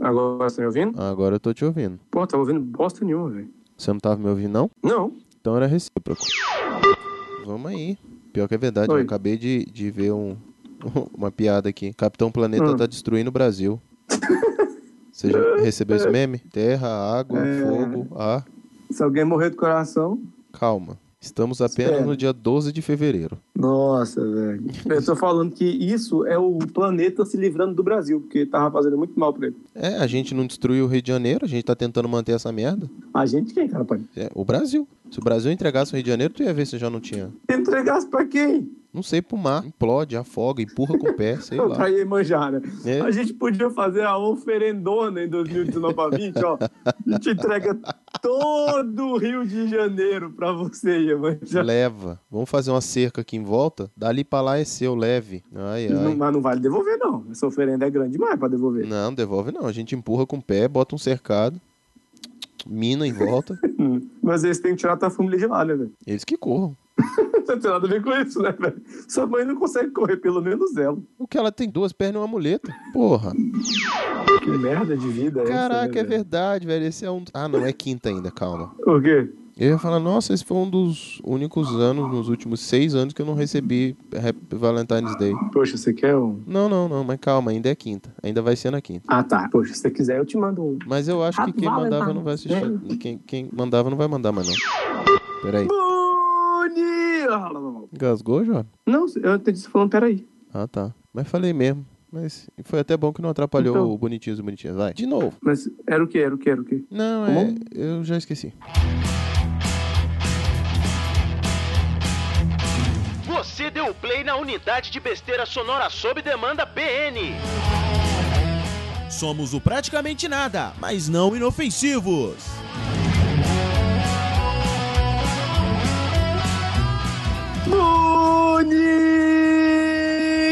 Agora você tá me ouvindo? Agora eu tô te ouvindo. Pô, tá ouvindo bosta nenhuma, velho. Você não tava me ouvindo, não? Não. Então era recíproco. Vamos aí. Pior que é verdade, Oi. eu acabei de, de ver um, uma piada aqui. Capitão Planeta Hum. tá destruindo o Brasil. Você já recebeu esse meme? Terra, água, É. fogo, ar. Se alguém morrer do coração. Calma. Estamos apenas Espera. no dia 12 de fevereiro. Nossa, velho. Eu tô falando que isso é o planeta se livrando do Brasil, porque tava fazendo muito mal pra ele. É, a gente não destruiu o Rio de Janeiro, a gente tá tentando manter essa merda. A gente quem, cara, pai? É, o Brasil. Se o Brasil entregasse o Rio de Janeiro, tu ia ver se já não tinha. Entregasse pra quem? Não sei, pro mar. Implode, afoga, empurra com o pé, sei pra lá. Iemanjara. É. tá A gente podia fazer a oferendona em 2019 pra 20, ó. A gente entrega todo o Rio de Janeiro pra você, Iemanjara. Leva. Vamos fazer uma cerca aqui em volta? Dali pra lá é seu, leve. Ai, Não- ai. mas não vale devolver, não. Essa oferenda é grande demais pra devolver. Não, devolve não. A gente empurra com o pé, bota um cercado, mina em volta. Mas eles têm que tirar tua família de lá, né, velho? Eles que corram. Não tem nada a ver com isso, né, velho? Sua mãe não consegue correr, pelo menos ela. O que ela tem duas pernas e uma muleta. Porra. Que merda de vida é essa, Caraca, né, é verdade, velho. Esse é um. Ah, não, é quinta ainda, calma. O quê? Eu ia falar, nossa, esse foi um dos únicos anos, nos últimos seis anos, que eu não recebi Happy Valentine's Day. Poxa, você quer um... Não, não, não, mas calma, ainda é quinta. Ainda vai ser na quinta. Ah, tá. Poxa, se você quiser, eu te mando um. Mas eu acho que Happy quem mandava não vai Valentine's assistir. Quem, quem mandava não vai mandar mais, não. Peraí. Boni! Ah, Engasgou, Jorge? Não, eu entendi você falando, peraí. Ah, tá. Mas falei mesmo. Mas foi até bom que não atrapalhou Então. o bonitinho e bonitinha. Vai. De novo. Mas era o quê? Era o quê? Era o quê? Não, Tá é. bom? Eu já esqueci. Você deu play na unidade de besteira sonora sob demanda BN. Somos o praticamente nada, mas não inofensivos.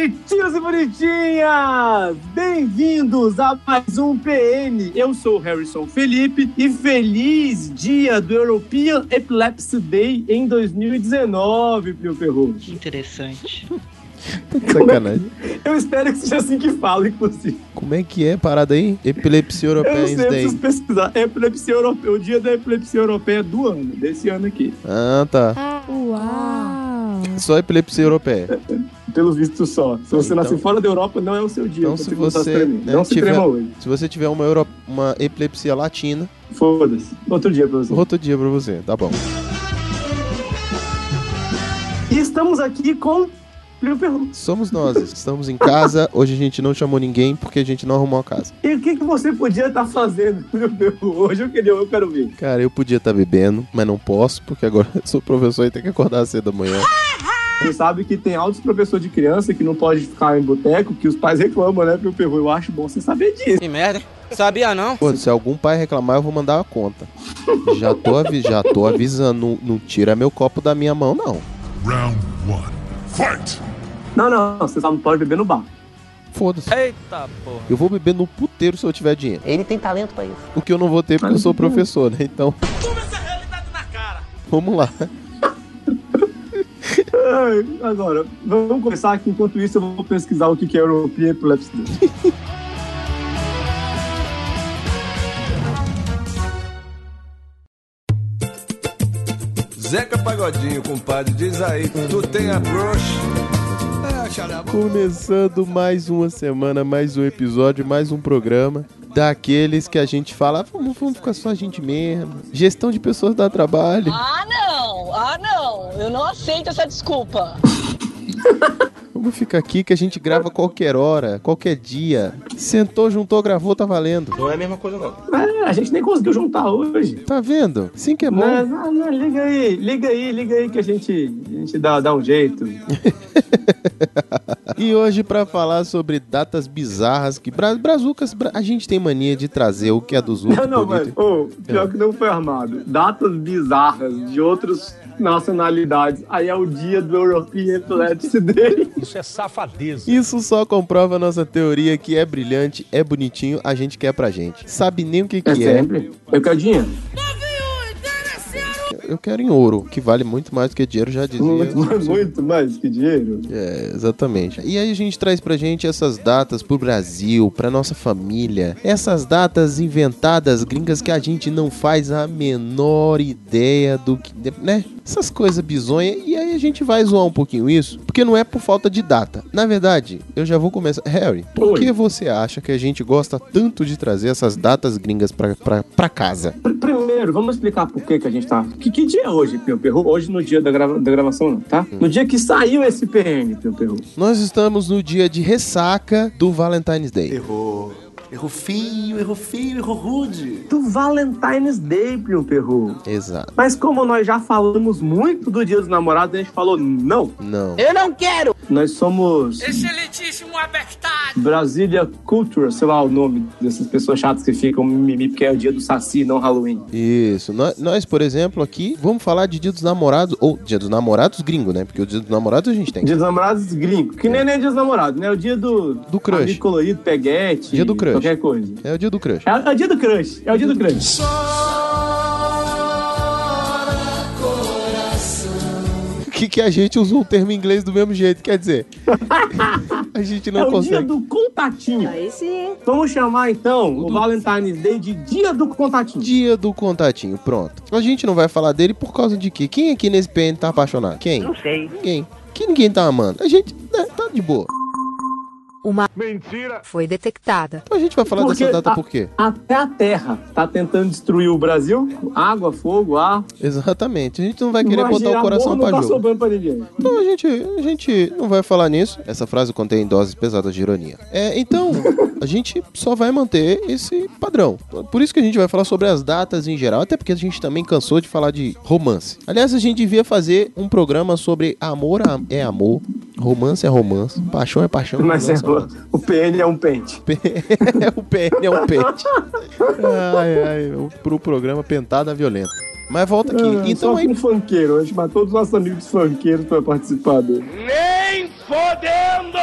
Bonitinhos e bonitinhas! Bem-vindos a mais um PN. Eu sou o Harrison Felipe e feliz dia do European Epilepsy Day em 2019, meu perro. Que interessante. Sacanagem. Eu espero que seja assim que fala, inclusive. Como é que é a parada aí? Epilepsia Eu não Europeia sei, eu Day. preciso pesquisar. É Epilepsia europeia, o dia da epilepsia europeia é do ano, desse ano aqui. Ah, tá. Uau! Só epilepsia europeia. Pelo visto só. Se você Então- nasceu fora da Europa, não é o seu dia. Então, pra se começar a você, tremer. né, não se tiver- trema hoje. Se você tiver uma, euro... uma epilepsia latina, Foda-se. Outro dia pra você. outro dia pra você, tá bom. E estamos aqui com Plínio Perru. Somos nós, estamos em casa, hoje a gente não chamou ninguém porque a gente não arrumou a casa. E o que, que você podia estar fazendo, Plínio Perru? Hoje eu queria, eu quero ver. Cara, eu podia estar bebendo, mas não posso, porque agora eu sou professor e tenho que acordar cedo da manhã. Você sabe que tem altos professores de criança que não pode ficar em boteco, que os pais reclamam, né, Plínio Perru? Eu acho bom você saber disso. Que merda. Sabia não? Pô, se algum pai reclamar, eu vou mandar a conta. Já tô, avi- já tô avisando, não, não tira meu copo da minha mão, não. Round one. Fight! Não, não, não, você só não pode beber no bar. Foda-se. Eita porra. Eu vou beber no puteiro se eu tiver dinheiro. Ele tem talento pra isso. O que eu não vou ter é porque eu sou professor, né? Então. Vamos lá. Ai, Agora, vamos começar aqui. Enquanto isso, eu vou pesquisar o que que é European Epilepsy Day. Zeca Pagodinho, compadre, diz aí, tu tem a bruxa? É, xalá, Começando mais uma semana, mais um episódio, mais um programa daqueles que a gente fala, "Ah, vamos, vamos ficar só a gente mesmo. Gestão de pessoas dá trabalho. Ah, não! Ah, não! Eu não aceito essa desculpa. Vamos ficar aqui que a gente grava qualquer hora, qualquer dia. Sentou, juntou, gravou, tá valendo. Não é a mesma coisa não. É, a gente nem conseguiu juntar hoje. Tá vendo? Sim que é Não, bom. não, não, liga aí, liga aí, liga aí que a gente, a gente dá, dá um jeito. E hoje pra falar sobre datas bizarras que bra brazucas, bra- a gente tem mania de trazer o que é dos outros. Não, não, mas, bonito. ô, pior que não foi armado. Datas bizarras de outras nacionalidades. Aí é o dia do European Epilepsy Day. Isso é safadeza. Isso só comprova a nossa teoria que é brilhante, é bonitinho, a É é? gente quer pra gente. Sabe nem o que que é. Eu quero dinheiro. eu quero em ouro, que vale muito mais do que dinheiro, já dizia. Muito mais que dinheiro. É, exatamente. E aí a gente traz pra gente essas datas pro Brasil, pra nossa família. Essas datas inventadas, gringas, que a gente não faz a menor ideia do que. né? Essas coisas bizonhas. E aí a gente vai zoar um pouquinho isso, porque não é por falta de data. Na verdade, eu já vou começar. Harry, por Oi. que você acha que a gente gosta tanto de trazer essas datas gringas pra, pra, pra casa? Pr- Primeiro, vamos explicar por que, que a gente tá. Que, que dia é hoje, Pio Perro? Hoje no dia da, grava- da gravação, não, tá? Hum. No dia que saiu esse PN, Pio Perro. Nós estamos no dia de ressaca do Valentine's Day. Errou. Errou feio, errou feio, errou rude. Do Valentine's Day, Pio Perro. Exato. Mas como nós já falamos muito do Dia dos Namorados, a gente falou não. Não. Eu não quero! Nós somos Excelentíssimo Abestado! Brasília Culture, sei lá o nome dessas pessoas chatas que ficam mimimi porque é o dia do Saci, não Halloween. Isso. Nó- Nós, por exemplo, aqui vamos falar de Dia dos Namorados, ou Dia dos Namorados gringo, né? Porque o Dia dos Namorados a gente tem. Dia dos Namorados gringo, que nem nem Dia dos Namorados, né? O dia do. Do crush. amigo colorido, peguete. Dia do crush. Qualquer coisa. É o Dia do Crush. É, é o dia do crush, é o dia do crush. Que, que a gente usou o termo em inglês do mesmo jeito, quer dizer. a gente não é o dia consegue. do contatinho. Aí sim. Vamos chamar então o Valentine's Day de dia do contatinho. Dia do contatinho, pronto. A gente não vai falar dele por causa de quê? Quem aqui nesse PN tá apaixonado? Quem? Não sei. Ninguém. Que ninguém tá amando. A gente né, tá de boa. foi detectada. Então a gente vai falar Por dessa quê? data Tá. por quê? Até a Terra tá tentando destruir o Brasil. Água, fogo, ar. Exatamente. A gente não vai querer Mas botar o amor coração não pra tá jogo. sobrando pra ninguém. Então a gente, a gente não vai falar nisso. Essa frase contém doses pesadas de ironia. É, então, a gente só vai manter esse padrão. Por isso que a gente vai falar sobre as datas em geral, até porque a gente também cansou de falar de romance. Aliás, a gente devia fazer um programa sobre amor a- é amor, romance é romance, paixão é paixão. Mas é, romance romance. o PN é um pente. É o PN, é o pente. Ai, ai, o- pro programa Pentada Violenta. Mas volta aqui. Ah, então só aí, com funkeiro. A gente matou todos os nossos amigos funkeiros pra participar dele. Nem fodendo!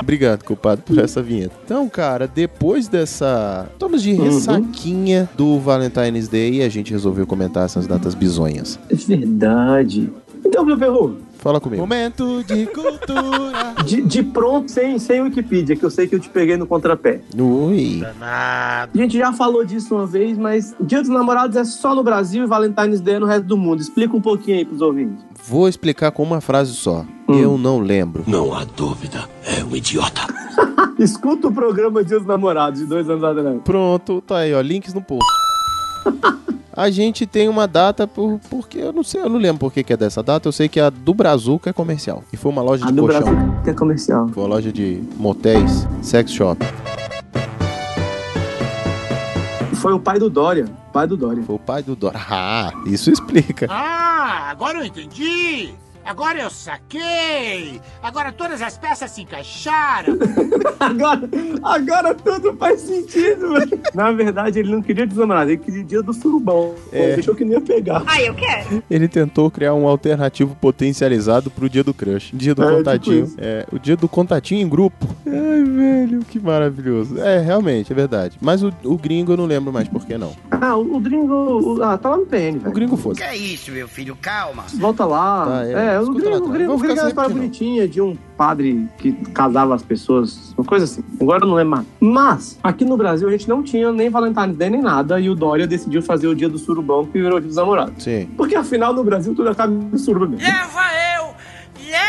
Obrigado, culpado, por essa vinheta. Então, cara, depois dessa. Estamos Uhum. de ressaquinha do Valentine's Day e a gente resolveu comentar essas datas bizonhas. É verdade. Então, meu perro, Fala comigo. Momento de cultura. de, de pronto, sem, sem Wikipedia, que eu sei que eu te peguei no contrapé. Ui. A gente já falou disso uma vez, mas Dia dos Namorados é só no Brasil e Valentine's Day é no resto do mundo. Explica um pouquinho aí pros ouvintes. Vou explicar com uma frase só. Hum. Eu não lembro. Não há dúvida, é um idiota. Escuta o programa Dia dos Namorados de dois anos atrás. Pronto, tá aí, ó. Links no post. A gente tem uma data por, porque eu não sei, eu não lembro por que, que é dessa data. Eu sei que a do Brazuca é comercial. E foi uma loja A de do colchão. Brasil que é comercial. Foi uma loja de motéis, sex shop. Foi o pai do Dória. Pai do Dória. Foi o pai do Dora. Ah, isso explica. Ah, agora eu entendi! Agora eu saquei! Agora todas as peças se encaixaram! Agora, agora tudo faz sentido, velho. Na verdade, ele não queria desnamorar, ele queria dia do surubão. É. Ele achou que não ia pegar. Ah, eu quero. Ele tentou criar um alternativo potencializado pro dia do crush. Dia do É, contatinho. tipo é, o dia do contatinho em grupo. Ai, velho, que maravilhoso. É, realmente, é verdade. Mas o, o gringo eu não lembro mais por que não. Ah, o, o gringo. o- ah, tá lá no PN, O velho. gringo fosse. é isso, meu filho, calma! Volta lá. Tá, é. é, o Escuta gringo, lá o atrás. gringo, Vou o ficar gringo é uma história sempre bonitinha de um padre que casava as pessoas, uma coisa assim. Agora eu não lembro mais. Mas, aqui no Brasil a gente não tinha nem Valentine's Day nem nada, e o Dória decidiu fazer o dia do surubão que virou dia dos namorados. Sim. Porque afinal no Brasil tudo é acaba em suruba mesmo. Leva eu!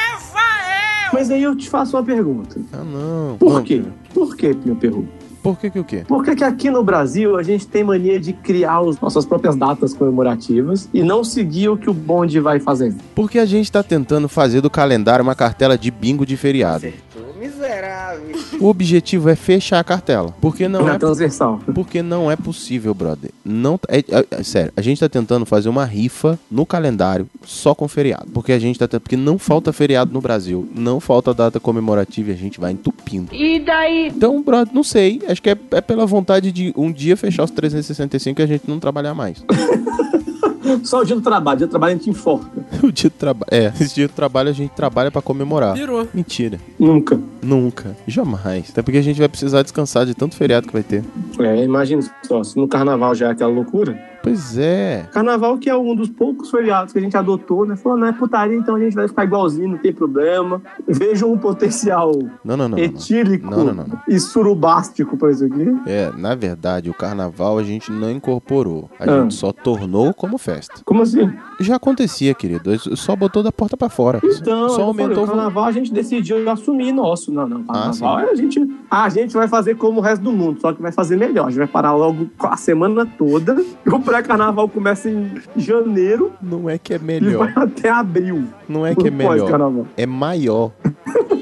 Leva Mas aí eu te faço uma pergunta. Ah, não. Por Não, quê? Por quê, Pinho Perru? Por que que o quê? Por que, que aqui no Brasil a gente tem mania de criar as nossas próprias datas comemorativas e não seguir o que o bonde vai fazendo? Porque a gente tá tentando fazer do calendário uma cartela de bingo de feriado. Miserável. O objetivo é fechar a cartela. Porque não na é transversal. Porque não é possível, brother. Não, tá- é, é- é sério, a gente tá tentando fazer uma rifa no calendário só com feriado. Porque a gente tá. te- Porque não falta feriado no Brasil, não falta data comemorativa e a gente vai entupindo. E daí? Então, brother, não sei. Acho que é, é pela vontade de um dia fechar os 365 e a gente não trabalhar mais. Só o dia do trabalho. O dia do trabalho a gente enforca. o dia do trabalho. É, esse dia do trabalho a gente trabalha pra comemorar. Virou. Mentira. Nunca. Nunca. Jamais. Até porque a gente vai precisar descansar de tanto feriado que vai ter. É, imagina só, se no carnaval já é aquela loucura, Pois é. Carnaval que é um dos poucos feriados que a gente adotou, né? Falou, não é putaria, então a gente vai ficar igualzinho, não tem problema. Vejam o potencial Não, não, não. não, não. etílico Não, não, não, não. e surubástico pra isso aqui. É, na verdade, o carnaval a gente não incorporou. A Ah. gente só tornou como festa. Como assim? Já acontecia, querido. Só botou da porta pra fora. Então, só eu falei, aumentou o o volume. carnaval a gente decidiu assumir nosso. Não, não. Ah, Carnaval a gente. A gente vai fazer como o resto do mundo, só que vai fazer melhor. A gente vai parar logo a semana toda. O pré-carnaval começa em janeiro Não é que é e vai melhor. até abril. Não é que é o melhor. pós-carnaval. É maior.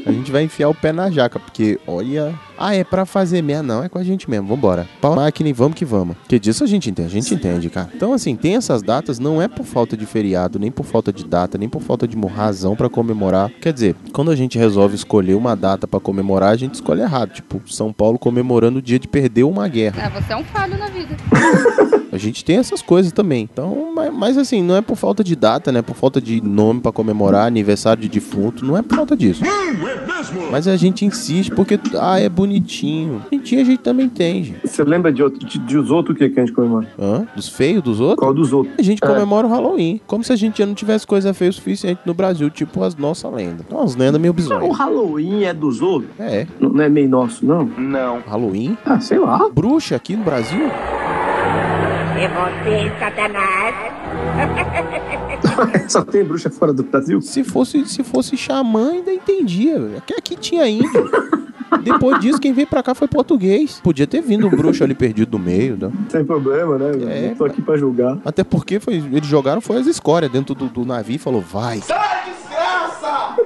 A gente vai enfiar o pé na jaca, porque olha. Ah, é pra fazer meia, não, é com a gente mesmo, vambora. Pau na máquina e vamos que vamos. Que disso a gente entende, a gente entende, cara. Então, assim, tem essas datas, não é por falta de feriado, nem por falta de data, nem por falta de mo- razão pra comemorar. Quer dizer, quando a gente resolve escolher uma data pra comemorar, a gente escolhe errado. Tipo, São Paulo comemorando o dia de perder uma guerra. Ah, você é um falho na vida. A gente tem essas coisas também. Então, mas, mas assim, não é por falta de data, né? Por falta de nome pra comemorar, aniversário de defunto, não é por falta disso. Mas a gente insiste porque, ah, é bonitinho. Bonitinho a gente também tem, gente. Você lembra de, outro, de, de os outros o que, que a gente comemora? Hã? Dos feios, dos outros? Qual dos outros? A gente comemora o Halloween. Como se a gente já não tivesse coisa feia o suficiente no Brasil, tipo as nossas lendas. Então, as lendas meio O bizonhas. Halloween é dos outros? É, Não, não é meio nosso, não? Não. Halloween. Ah, sei lá. Bruxa aqui no Brasil? É você, Satanás. Só tem bruxa fora do Brasil? Se fosse, se fosse xamã, ainda entendia. velho. Aqui, aqui tinha índio. Depois disso, quem veio pra cá foi português. Podia ter vindo um bruxo ali perdido no meio, né? Sem problema, né? velho? É. Não tô aqui pra julgar. Até porque foi, eles jogaram foi as escórias dentro do, do navio e falou, vai.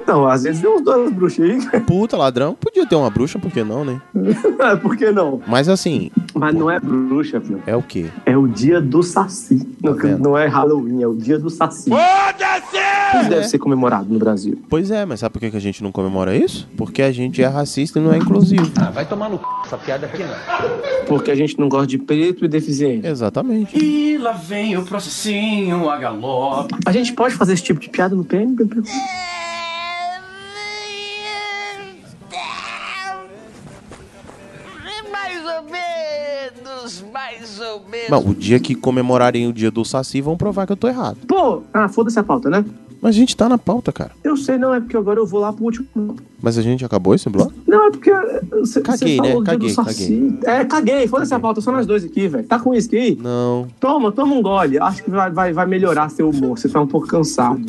Então, às vezes deu uns dois bruxas aí. Puta, ladrão. Podia ter uma bruxa, por que não, né? Por que não? Mas assim, Mas não é bruxa, filho. é o quê? É o dia do saci. Não, vendo? não é Halloween, é o dia do saci. Isso deve ser comemorado no Brasil. Pois é, mas sabe por que que a gente não comemora isso? Porque a gente é racista e não é inclusivo. Ah, vai tomar no c... essa piada aqui não. Porque a gente não gosta de preto e deficiente. Exatamente. E lá vem o processinho, a galope. A gente pode fazer esse tipo de piada no PN? Mais ou menos, mais ou menos. Não, o dia que comemorarem o dia do Saci vão provar que eu tô errado. Pô, ah, foda-se a pauta, né? Mas a gente tá na pauta, cara. Eu sei, não, é porque agora eu vou lá pro último. Mas a gente acabou esse bloco? Não, é porque. Você Caguei, né? falou do dia Caguei, do saci. É, caguei, foda-se a pauta, só nós dois aqui, velho. Tá com isso aí? Não. Toma, toma um gole. Acho que vai, vai, vai melhorar seu humor. Você tá um pouco cansado.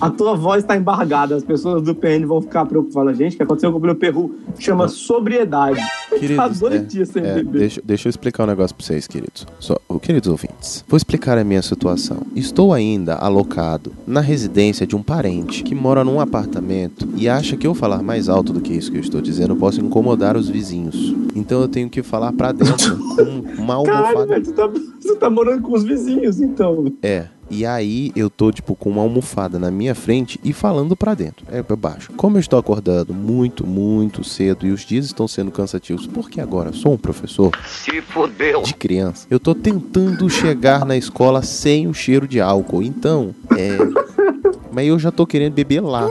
A tua voz tá embargada. As pessoas do PN vão ficar preocupadas. Gente, o que aconteceu com o meu perru chama sobriedade. tá Queridos, dois é, dias sem é, beber. deixa, deixa eu explicar um negócio pra vocês, queridos. Só, ô, queridos ouvintes, vou explicar a minha situação. Estou ainda alocado na residência de um parente que mora num apartamento e acha que eu falar mais alto do que isso que eu estou dizendo posso incomodar os vizinhos. Então eu tenho que falar pra dentro com uma Caralho, almofada. velho, tu tá, você tá morando com os vizinhos, então. É. E aí eu tô, tipo, com uma almofada na minha frente e falando pra dentro. É pra baixo. Como eu estou acordando muito, muito cedo e os dias estão sendo cansativos, porque agora sou um professor Se fodeu. de criança, eu tô tentando chegar na escola sem o cheiro de álcool. Então, é. Mas eu já tô querendo beber lá.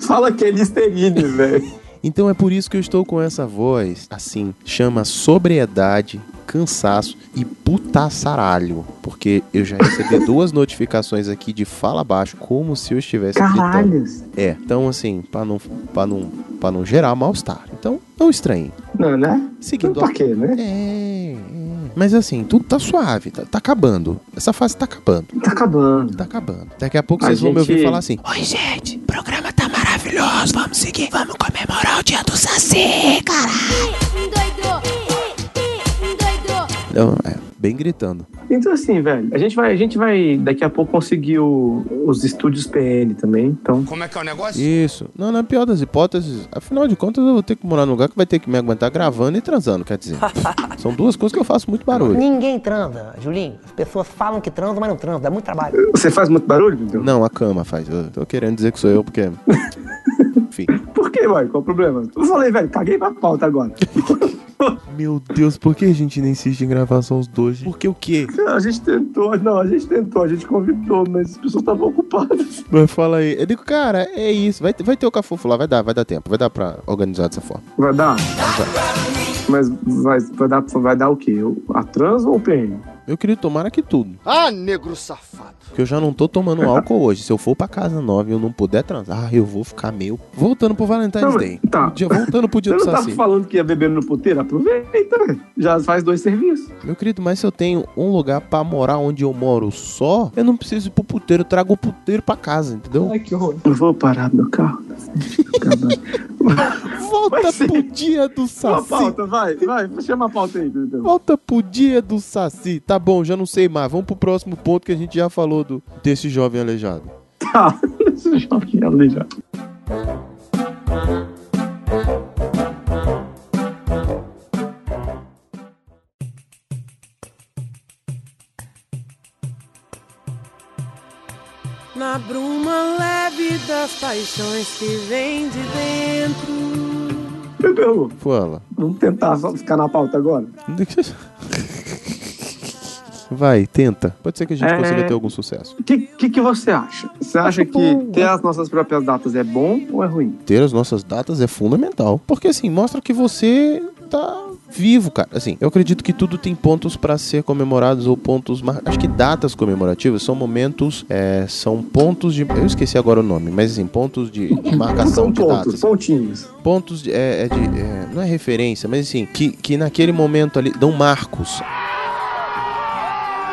Fala que é listerine, velho. Então é por isso que eu estou com essa voz, assim, chama sobriedade, cansaço e putaçaralho. Porque eu já recebi duas notificações aqui de fala baixo, como se eu estivesse gritando. Caralhos. É, então assim, pra não, pra não, pra não gerar mal-estar. Então, não estranhe. Não, né? Não Seguindo a pra quê, né? É, é. Mas assim, tudo tá suave, tá, tá acabando. Essa fase tá acabando, Tá acabando. tá acabando. Daqui a pouco A vocês vão me gente- ouvir falar assim: Oi, gente. O programa tá maravilhoso. Vamos seguir. Vamos comemorar o dia do Saci, cara. Não, é, bem gritando. Então assim, velho, a gente vai, a gente vai daqui a pouco conseguir o- os estúdios PN também, então. Como é que é o negócio? Isso. Não, na pior das hipóteses, afinal de contas, eu vou ter que morar num lugar que vai ter que me aguentar gravando e transando, quer dizer. São duas coisas que eu faço muito barulho. Ninguém transa, Julinho. As pessoas falam que transam, mas não transam. Dá muito trabalho. Você faz muito barulho, Dudu? Não, a cama faz. Eu tô querendo dizer que sou eu, porque. Enfim. Por quê, mano? Qual o problema? Eu falei, velho, caguei pra pauta agora. Meu Deus, por que a gente não insiste em gravar só os dois? gente? Por que o quê? A gente tentou, não, a gente tentou, a gente convidou, mas as pessoas estavam ocupadas. Mas fala aí. Eu digo, cara, é isso. Vai, ter- vai ter o cafofo lá, vai dar, vai dar tempo. Vai dar pra organizar dessa forma. Vai dar? Mas vai, vai, dar, vai dar o quê? A trans ou o PN? Eu queria tomar aqui tudo. Ah, negro safado. Porque eu já não tô tomando álcool hoje. Se eu for pra casa nova e eu não puder transar, eu vou ficar meio. Voltando pro Valentine's Não, mas- Day. Dia- voltando pro dia Você do não tá tava Saci. falando que ia bebendo no puteiro? Aproveita, velho. Já faz dois serviços. Meu querido, mas se eu tenho um lugar pra morar onde eu moro só, eu não preciso ir pro puteiro, eu trago o puteiro pra casa, entendeu? Ai, que horror. Eu vou parar meu carro. Volta pro dia do Uma Saci. pauta, vai, vai. Chama a pauta aí, Dudu. Volta pro dia do Saci. Tá bom, já não sei mais. Vamos pro próximo ponto que a gente já falou do, desse jovem aleijado. Tá, esse jovem aleijado. Na bruma leve das paixões que vem de dentro. Dudu, Fala. vamos tentar só ficar na pauta agora? Vai, tenta. Pode ser que a gente É. consiga ter algum sucesso. O que, que, que você acha? né? Você acha que ter as nossas próprias datas é bom ou é ruim? Ter as nossas datas é fundamental. Porque assim, mostra que você tá vivo, cara. Assim, eu acredito que tudo tem pontos pra ser comemorados ou pontos. Mar... Acho que datas comemorativas são momentos. é, são pontos de. Eu esqueci agora o nome, mas assim, pontos de, de São marcação de datas. pontos, um pontinhos. pontos de, é, é de- é, não é referência, mas assim, que, que naquele momento ali dão marcos.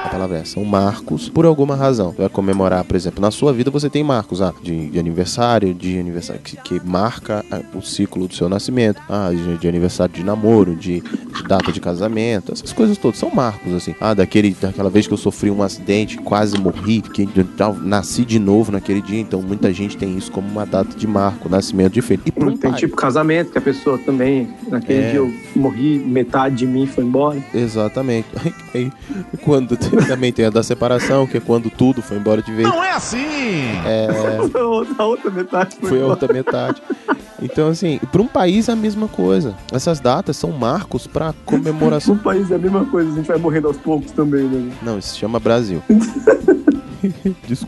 A palavra é, são marcos por alguma razão. Você vai comemorar, por exemplo, na sua vida você tem marcos, ah, de, de aniversário, de aniversário que, que marca ah, o ciclo do seu nascimento, ah, de, de aniversário de namoro, de, de data de casamento, essas coisas todas são marcos, assim. Ah, daquele, daquela vez que eu sofri um acidente, quase morri, que tal, nasci de novo naquele dia, então muita gente tem isso como uma data de marco, nascimento de filho. E pra um Tem pai, tipo casamento, que a pessoa também, naquele É. dia eu morri, metade de mim foi embora. Exatamente. Aí, quando também tem a da separação, que é quando tudo foi embora de vez. é assim! É, a outra metade foi, foi a embora. outra metade. Então, assim, para um país é a mesma coisa. Essas datas são marcos para comemoração. No país é a mesma coisa, a gente vai morrendo aos poucos também, né? Não, isso se chama Brasil.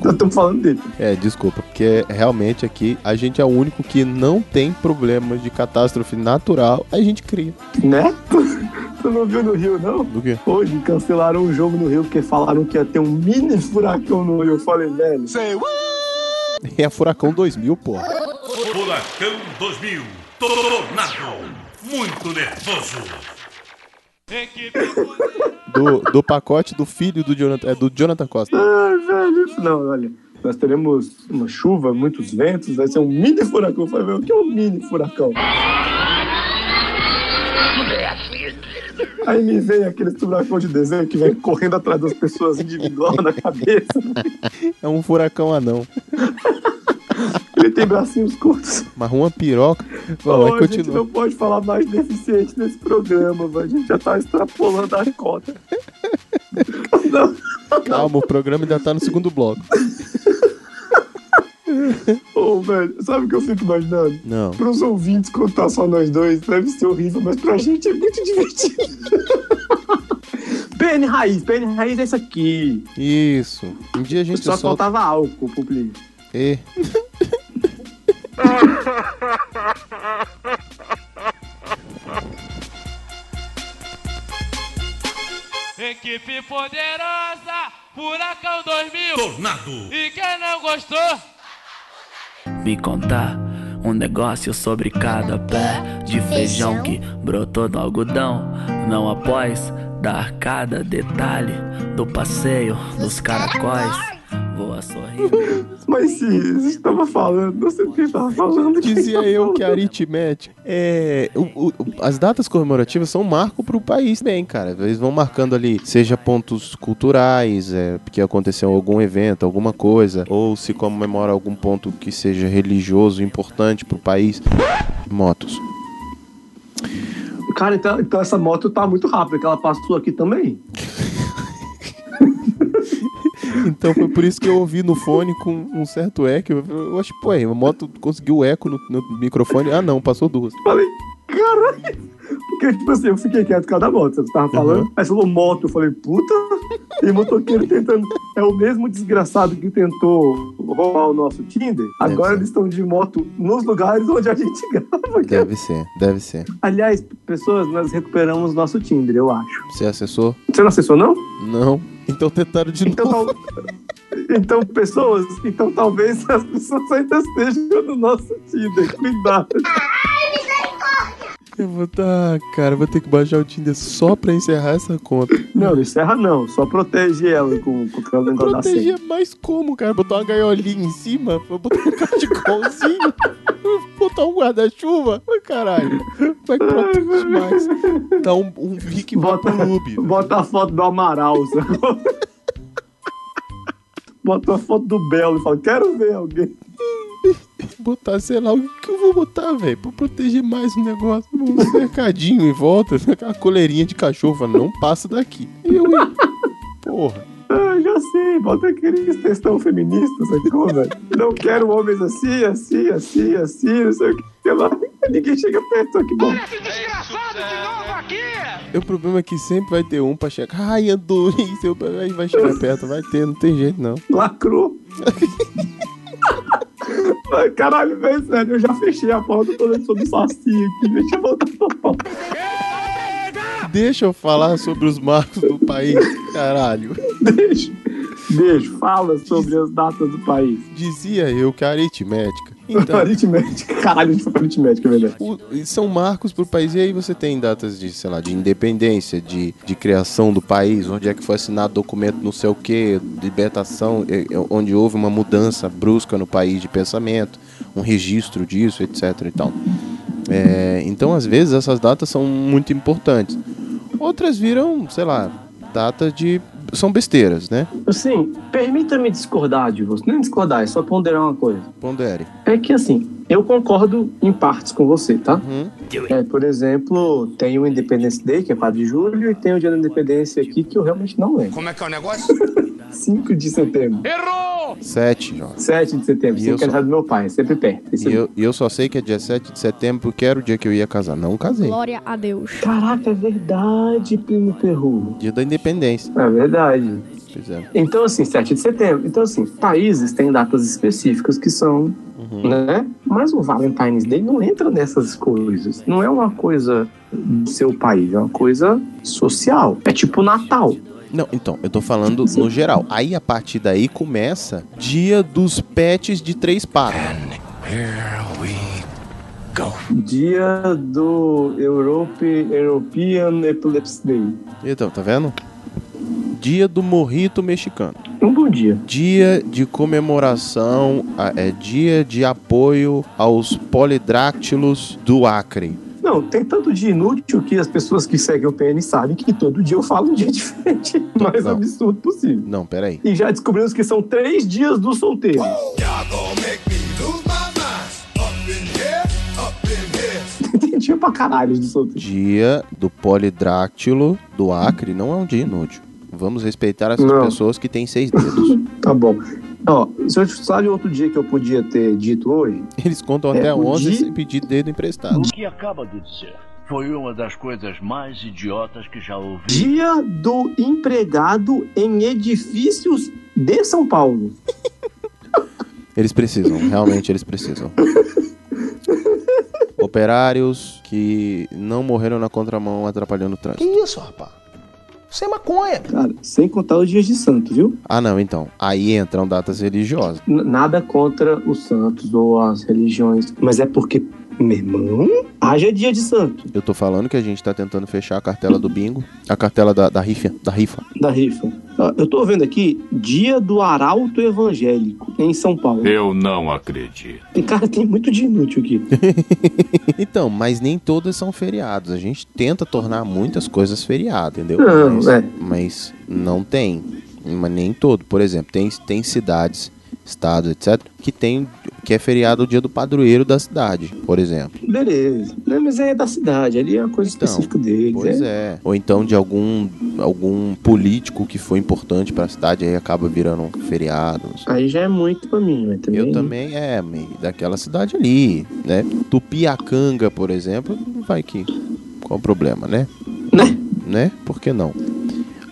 Nós estamos falando dele. É, desculpa, porque realmente aqui a gente é o único que não tem problemas de catástrofe natural, a gente cria. Né? Tu não viu no Rio, não? Do quê? Hoje cancelaram um jogo no Rio porque falaram que ia ter um mini furacão no Rio. Eu falei, velho. É Furacão 2000, porra. Furacão 2000. Tornado. Muito nervoso. Do, do pacote do filho do Jonathan, é, do Jonathan Costa. Ah, velho. Não, olha. Nós teremos uma chuva, muitos ventos, vai ser um mini furacão. Eu falei, velho, o que é um mini furacão? Aí me vem aquele furacão de desenho que vem correndo atrás das pessoas individual na cabeça. É um furacão anão. Ele tem bracinhos curtos. Mas uma piroca. Vai, Ô, vai, a gente continua. não pode falar mais deficiente nesse programa, velho. A gente já tá extrapolando as cotas. Calma, o programa ainda tá no segundo bloco. Ô, velho, sabe o que eu fico imaginando? Não. Pros ouvintes, quando tá só nós dois, deve ser horrível, mas pra gente é muito divertido. PN Raiz, PN Raiz é isso aqui. Isso. Um dia a gente Só solta. faltava álcool pro Plínio. É. Equipe poderosa, Furacão 2000. Tornado. E quem não gostou? Me contar um negócio sobre cada pé de feijão que brotou do algodão. Não após dar cada detalhe do passeio dos caracóis. Voa sorrindo. Mas se a gente tava falando, não sei o que tava falando. Dizia eu né? que a aritmética. É, o- o- as datas comemorativas são um marco pro país bem, cara. Eles vão marcando ali, seja pontos culturais, é, porque aconteceu algum evento, alguma coisa, ou se comemora algum ponto que seja religioso, importante pro país. Motos. Cara, então, então essa moto tá muito rápida, que ela passou aqui também. Então foi por isso que eu ouvi no fone com um certo eco. Eu acho, pô, aí, a moto conseguiu eco no, no microfone. Ah, não, passou duas. Falei, caralho. Porque, tipo assim, eu fiquei quieto por causa da moto, você tava falando. Aí você falou moto, eu falei, puta. E motoqueiro tentando. É o mesmo desgraçado que tentou roubar o nosso Tinder. Agora eles estão de moto nos lugares onde a gente grava. cara. Deve ser, deve ser. Aliás, pessoas, nós recuperamos nosso Tinder, eu acho. Você acessou? Você não acessou, não? Não. Então tentaram de Então, novo. tal- então, pessoas, então talvez as pessoas ainda estejam no nosso Tinder. Cuidado. Eu vou tá, cara, eu vou ter que baixar o Tinder só pra encerrar essa conta. Não, não encerra não, só protege ela com, com aquela negócio da senha. Proteger mais como, cara? Botar uma gaiolinha em cima? Vou botar um cachecolzinho? Vou botar um guarda-chuva? Ai, Caralho, vai proteger mais. Dá um, um Vic Bota, um- né? bota a foto do Amaral, sacou? Bota a foto do Belo e fala, quero ver alguém. botar, sei lá, o que eu vou botar, velho? Pra proteger mais o negócio. Um cercadinho em volta, aquela coleirinha de cachorro, fala, não passa daqui. E eu, hein? porra. Ah, já sei, bota aqueles textão feministas, sacou, velho? Não quero homens assim, assim, assim, assim, não sei o que lá. Ninguém chega perto, ó, que bom. E O problema é que sempre vai ter um pra chegar. Ai, adorei. Seu... Aí vai chegar perto, vai ter, não tem jeito não. Lacrou. Ai, Caralho, velho, sério, eu já fechei a porta toda sobre saci aqui, deixa eu voltar pra porta. Deixa eu falar sobre os marcos do país, caralho. Deixa. Deixa, fala sobre as datas do país. Dizia eu que a aritmética. Então. Então- Aritmética, caralho, a gente foi pra aritmética, é verdade. O- e são marcos pro país. E aí você tem datas de, sei lá, de independência, de, de criação do país, onde é que foi assinado documento não sei o que, libertação, eh, eh, onde houve uma mudança brusca no país de pensamento, um registro disso, etc. E tal. É, então, às vezes, essas datas são muito importantes. Outras viram, sei lá, datas de. São besteiras, né? Assim, permita-me discordar de você. Não é discordar, é só ponderar uma coisa. Pondere. É que assim, eu concordo em partes com você, tá? Hum? É, por exemplo, tem o Independence Day, que é 4 de julho, e tem o Dia da Independência aqui, que eu realmente não lembro. Como é que é o negócio? 5 de setembro. Sete, João. 7 de setembro, E sim, eu que é só- do meu pai, sempre perto. E eu, e eu só sei que é dia 7 de setembro, porque era o dia que eu ia casar. Não casei. Glória a Deus. Caraca, é verdade, primo Perru. Dia da independência. É verdade. Pois é. Então, assim, 7 de setembro. Então, assim, países têm datas específicas que são, né? Mas o Valentine's Day não entra nessas coisas. Não é uma coisa do seu país, é uma coisa social. É tipo Natal. Não, então, eu tô falando no geral. Aí a partir daí começa Dia dos Pets de Três Patas. Dia do Europe, European Epilepsy Day. Então, tá vendo? Dia do Morrito Mexicano. Um bom dia. Dia de comemoração, a- é dia de apoio aos polidráctilos do Acre. Não, tem tanto dia inútil que as pessoas que seguem o PN sabem que todo dia eu falo um dia diferente. Mais Não. absurdo possível. Não, peraí. E já descobrimos que são três dias dos solteiros. Entendi pra caralho do solteiro. Dia do polidráctilo do Acre não é um dia inútil. Vamos respeitar essas Não. pessoas que têm seis dedos. Tá bom. Ó, se eu sabe outro dia que eu podia ter dito hoje? Eles contam até É, o 11 dia- sem pedir dedo emprestado. que acaba de dizer foi uma das coisas mais idiotas que já ouvi. Dia do empregado em edifícios de São Paulo. Eles precisam, realmente eles precisam. Operários que não morreram na contramão atrapalhando o trânsito. isso, rapaz? Isso é maconha. Cara, sem contar os dias de santo, viu? Ah, não, então. Aí entram datas religiosas. N- Nada contra os santos ou as religiões, mas é porque, meu irmão, haja dia de santo Eu tô falando que a gente tá tentando fechar a cartela do bingo, a cartela da, da rifa, da rifa. da rifa. Ó, Eu tô vendo aqui, dia do arauto evangélico em São Paulo. Eu não acredito. E, Cara, tem muito dia inútil aqui. Então, mas nem todas são feriados. A gente tenta tornar muitas coisas feriado, entendeu? Não, mas, é. mas não tem. Mas nem todo. Por exemplo, tem, tem cidades, estados, etc., que tem que é feriado o dia do padroeiro da cidade, por exemplo. Beleza. Não, mas Então, é da cidade, ali é uma coisa específica deles. Pois é. Ou então de algum algum político que foi importante pra cidade, aí acaba virando um feriado. não sei. Aí já é muito pra mim, mas também... Eu também, é, amigo, daquela cidade ali, né? Tupiacanga, por exemplo, vai que. Qual o problema, né? Né? Né? Por que não?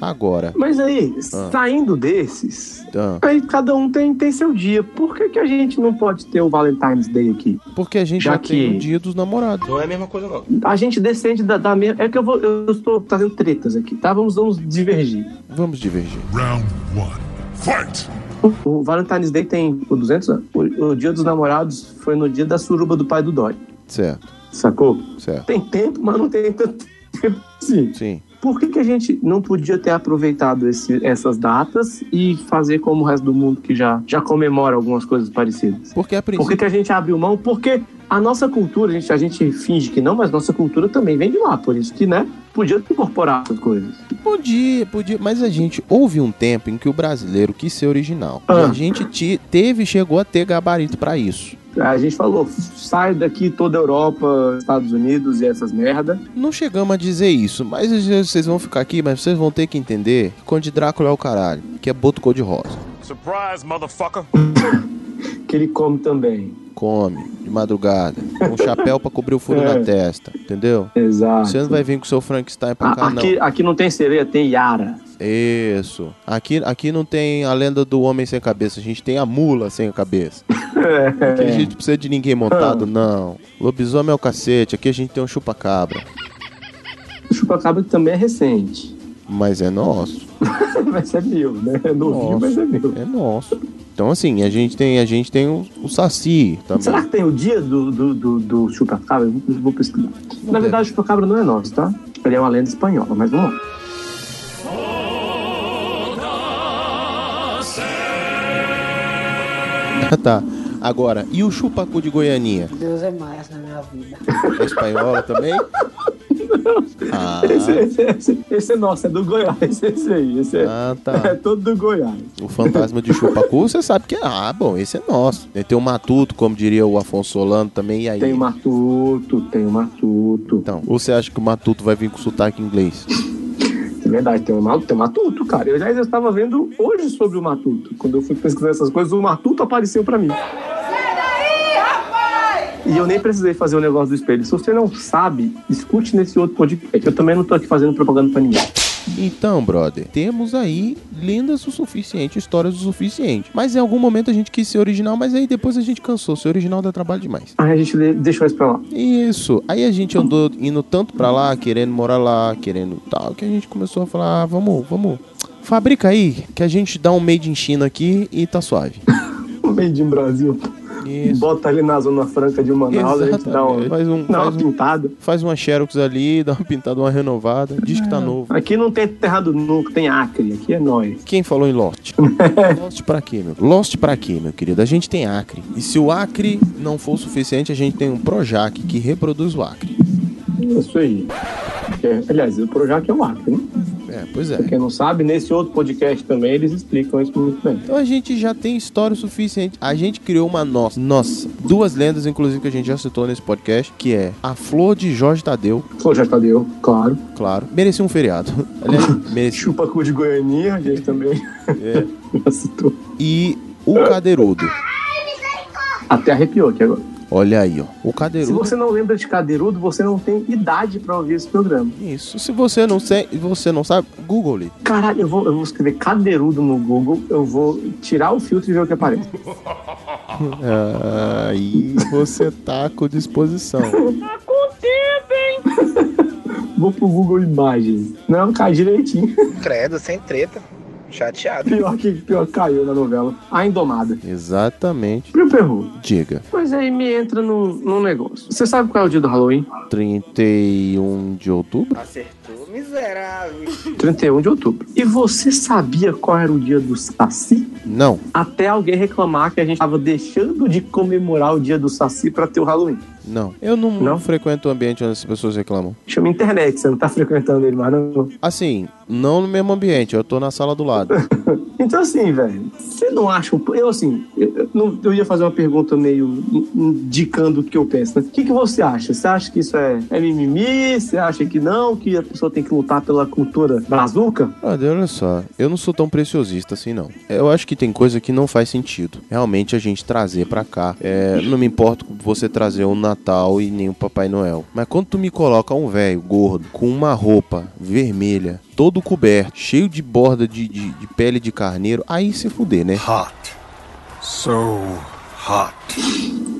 Agora. Mas aí, Ah. saindo desses, Ah. aí cada um tem, tem seu dia. Por que, que a gente não pode ter o Valentine's Day aqui? Porque a gente já, tem o dia dos namorados. Não é a mesma coisa, não. A gente descende da, da mesma. É que eu vou. Eu estou trazendo tretas aqui, tá? Vamos, vamos divergir. Vamos divergir. Round one. Fight! O, o Valentine's Day tem por 200 anos. O, o dia dos namorados foi no dia da suruba do pai do Dói. Certo. Sacou? Certo. Tem tempo, mas não tem tanto tempo assim. Sim. Por que, que a gente não podia ter aproveitado esse- essas datas e fazer como o resto do mundo que já, já comemora algumas coisas parecidas? Porque a Por que, que a gente abriu mão? Porque a nossa cultura, a gente, a gente finge que não, mas nossa cultura também vem de lá. Por isso que, né, podia ter incorporado essas coisas. Podia, podia, mas a gente houve um tempo em que o brasileiro quis ser original. E Ah. a gente te- teve, chegou a ter gabarito pra isso. A gente falou, sai daqui toda a Europa, Estados Unidos e essas merda. Não chegamos a dizer isso, mas vocês vão ficar aqui, mas vocês vão ter que entender que Conde Drácula é o caralho, que é boto cor de rosa. Surprise, motherfucker! que ele come também. Come de madrugada, com um chapéu pra cobrir o furo É. na testa, entendeu? Exato. Você não vai vir com seu Frankenstein pra cá, A- Ah, aqui, não. aqui não tem sereia, tem Yara. Isso. Aqui, aqui não tem a lenda do homem sem cabeça, a gente tem a mula sem a cabeça. Aqui É. a gente não precisa de ninguém montado, não. Lobisomem é o cacete, aqui a gente tem um chupa-cabra. O chupacabra também é recente. Mas é nosso. mas é meu, né? É novinho, Nossa. mas é meu. É nosso. Então assim, a gente tem, a gente tem o, o saci também. Será que tem o dia do, do, do, do chupacabra? Eu vou, vou pesquisar. Na deve. verdade, o chupacabra não é nosso, tá? Ele é uma lenda espanhola, mas vamos Ah. lá. tá. Agora, e o chupacu de Goianinha? Deus é mais na minha vida. É espanhola também? Ah, Esse, esse- esse- esse é nosso, é do Goiás. Esse, esse aí, esse é, é ah, tá. todo do Goiás. O fantasma de chupacu, você sabe que é. Ah, bom, esse é nosso. E Tem o matuto, como diria o Afonso Solano também, e aí? Tem o Matuto, tem o Matuto. Então, Ou você acha que o matuto vai vir com sotaque inglês? é verdade, tem o, Ma- tem o Matuto, cara. Eu, aliás, eu estava vendo hoje sobre o Matuto. Quando eu fui pesquisar essas coisas, o Matuto apareceu pra mim. E eu nem precisei fazer o negócio do espelho. Se você não sabe, escute nesse outro podcast. Eu também não tô aqui fazendo propaganda pra ninguém. Então, brother, temos aí lendas o suficiente, histórias o suficiente. Mas em algum momento a gente quis ser original, mas aí depois a gente cansou. Ser original dá trabalho demais. Aí a gente de- deixou isso pra lá. Isso. Aí a gente andou indo tanto pra lá, querendo morar lá, querendo tal, que a gente começou a falar, ah, vamos, vamos. Fabrica aí, que a gente dá um made in China aqui e tá suave. Made in Brasil. Bota ali na Zona Franca de Manaus, a gente dá um, Exatamente. Faz um- dá faz uma um- pintada. Faz uma Xerox ali, dá uma pintada, uma renovada, diz que tá novo. Aqui não tem terrado nunca, tem Acre. Aqui é nóis. Quem falou em Lost? Lost pra quê, meu? Lost pra quê, meu querido? A gente tem Acre. E se o Acre não for o suficiente, a gente tem um Projac que reproduz o Acre. Isso aí. É, aliás, o Projac é um Acre, né? É, pois é. Pra quem não sabe, nesse outro podcast também eles explicam isso muito bem. Então a gente já tem história o suficiente. A gente criou uma nossa. Nossa. Duas lendas, inclusive, que a gente já citou nesse podcast, que é a Flor de Jorge Tadeu. Flor tá de Jorge Tadeu, claro. Claro. Merecia um feriado. Aliás, merecia. Chupacu de Goianinha, a gente também É. já citou. E o Cadeirudo. Até arrepiou aqui agora. Olha aí, ó. O Se Cadeirudo. você não lembra de Cadeirudo, você não tem idade pra ouvir esse programa. Isso. Se você não, se... você não sabe, Google it. Caralho, eu vou, eu vou escrever Cadeirudo no Google, eu vou tirar o filtro e ver o que aparece. Aí você tá com disposição. Vou pro Google Imagens. Não, cai direitinho. Credo, sem treta. Chateado. Pior que, pior que caiu na novela. A Indomada. Exatamente. Pro Perru. Diga. Mas aí é, me entra num, num negócio. Você sabe qual é o dia do Halloween? 31 de outubro? Acertou, miserável. 31 de outubro. E você sabia qual era o dia do Saci? Não. Até alguém reclamar que a gente tava deixando de comemorar o dia do Saci pra ter o Halloween. Não. Eu não, não frequento o ambiente onde as pessoas reclamam. Chama internet, você não tá frequentando ele mais não. Assim, não no mesmo ambiente, eu tô na sala do lado. Então, assim, velho, você não acha. um- Eu, assim, eu, eu não- eu ia fazer uma pergunta meio in- indicando o que eu penso. né? O que, que você acha? Você acha que isso é, é mimimi? Você acha que não? Que a pessoa tem que lutar pela cultura brazuca? Brother, olha só, eu não sou tão preciosista assim, não. Eu acho que tem coisa que não faz sentido. Realmente a gente trazer pra cá. É, não me importo você trazer um Natal e nem um Papai Noel. Mas quando tu me coloca um velho gordo com uma roupa vermelha, todo coberto, cheio de borda de, de- de pele de carneiro, aí se fuder, né? Hot. So hot.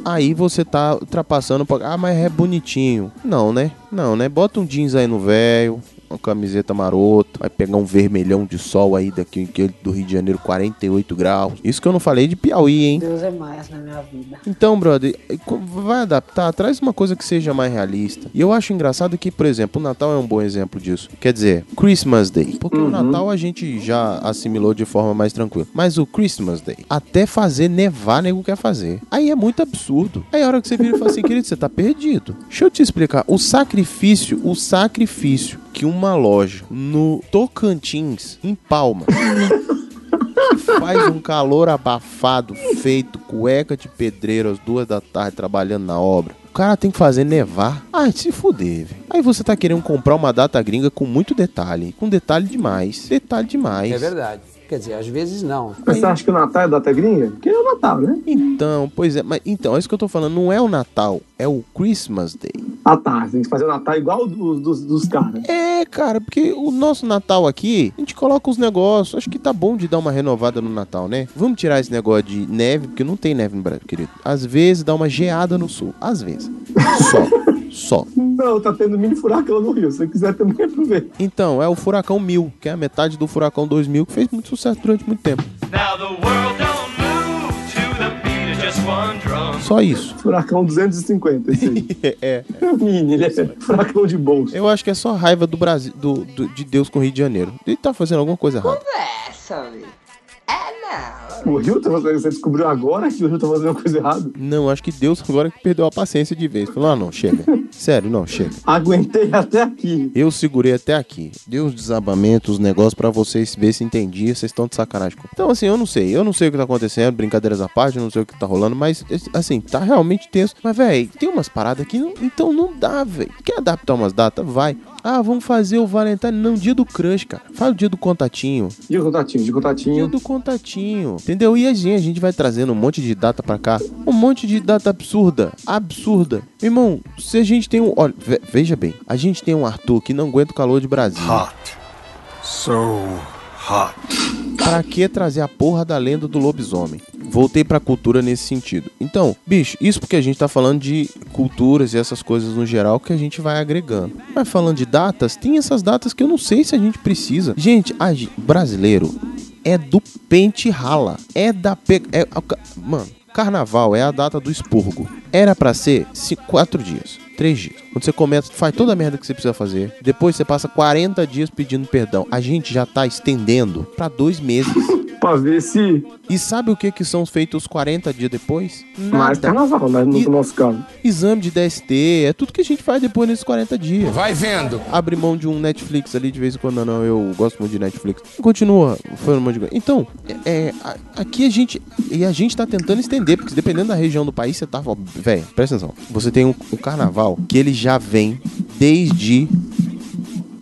Aí você tá ultrapassando pra... Ah, mas é bonitinho. Não, né? Não, né? Bota um jeans aí no velho, uma camiseta marota, vai pegar um vermelhão de sol aí daqui que é do Rio de Janeiro, 48 graus. Isso que eu não falei de Piauí, hein? Deus é mais na minha vida. Então, brother, vai adaptar, traz uma coisa que seja mais realista. E eu acho engraçado que, por exemplo, o Natal é um bom exemplo disso. Quer dizer, Christmas Day. Porque o Natal a gente já assimilou de forma mais tranquila. Mas o Christmas Day, até fazer nevar, nego quer fazer. Aí é muito absurdo. Aí a hora que você vira e fala assim, querido, você tá perdido. Deixa eu te explicar. O sacrifício, o sacrifício que uma loja no Tocantins, em Palma. Faz um calor abafado, feito cueca de pedreiro às duas da tarde, trabalhando na obra. O cara tem que fazer nevar. Ai, se fuder, velho. Aí você tá querendo comprar uma data gringa com muito detalhe. Com detalhe demais. Detalhe demais. É verdade. Quer dizer, às vezes não. Você acha que o Natal é data gringa? Porque é o Natal, né? Então, pois é. Mas então, é isso que eu tô falando. Não é o Natal, é o Christmas Day. Ah, tá. Tem que fazer o Natal igual o dos, dos, dos caras. É, cara, porque o nosso Natal aqui, a gente coloca os negócios. Acho que tá bom de dar uma renovada no Natal, né? Vamos tirar esse negócio de neve, porque não tem neve no Brasil, querido. Às vezes dá uma geada no sul. Às vezes. Só. Só. Não, tá tendo mini furacão no Rio. Se você quiser também aproveita. Então, é o Furacão 1000, que é a metade do Furacão 2000, que fez muito sucesso durante muito tempo. Now the world don't move to the beat of just one drum. Só isso. Furacão 250, esse aí. é. Mini, ele é furacão de bolso. Eu acho que é só raiva do Brasil, do, do- de Deus com o Rio de Janeiro. Ele tá fazendo alguma coisa errada. Conversa, velho. É, O Rio tá fazendo. Você descobriu agora que o Rio tá fazendo uma coisa errada? Não, acho que Deus agora que perdeu a paciência de vez. Falou, ah, não, chega. Sério, não, chega. Aguentei até aqui. Eu segurei até aqui. Dei os desabamentos, os negócios pra vocês ver se entendia. Vocês estão de sacanagem. comigo. Então, assim, eu não sei. Eu não sei o que tá acontecendo. Brincadeiras à parte, eu não sei o que tá rolando. Mas, assim, tá realmente tenso. Mas, velho, tem umas paradas que não. Então não dá, velho. Quer adaptar umas datas? Vai. Ah, vamos fazer o Valentine. Não, dia do crush, cara. Fala o dia do contatinho. Dia do contatinho, dia do contatinho. Dia do contatinho. Entendeu? E a gente, a gente vai trazendo um monte de data pra cá. Um monte de data absurda. Absurda. Irmão, se a gente tem um. Olha, ve- veja bem. A gente tem um Arthur que não aguenta o calor de Brasil. Hot. So hot. Pra que trazer a porra da lenda do lobisomem? Voltei pra cultura nesse sentido. Então, bicho, isso porque a gente tá falando de culturas e essas coisas no geral que a gente vai agregando. Mas falando de datas, tem essas datas que eu não sei se a gente precisa. Gente, a ge- brasileiro é do pente rala. É da pe... é a ca- Mano, carnaval é a data do expurgo. Era pra ser ci- quatro dias. Três dias. Quando você começa, faz toda a merda que você precisa fazer. Depois você passa 40 dias pedindo perdão. A gente já tá estendendo pra dois meses. pra ver se. E sabe o que que são feitos os 40 dias depois? Mais carnaval, mas no nosso caso. Exame de DST, é tudo que a gente faz depois nesses 40 dias. Vai vendo. Abre mão de um Netflix ali de vez em quando. Não, não, eu gosto muito de Netflix. Continua, foi um monte de coisa. Então, é, é, a- aqui a gente. E a gente tá tentando estender, porque dependendo da região do país, você tá. ó, Véi, presta atenção. Você tem o o carnaval que ele já vem desde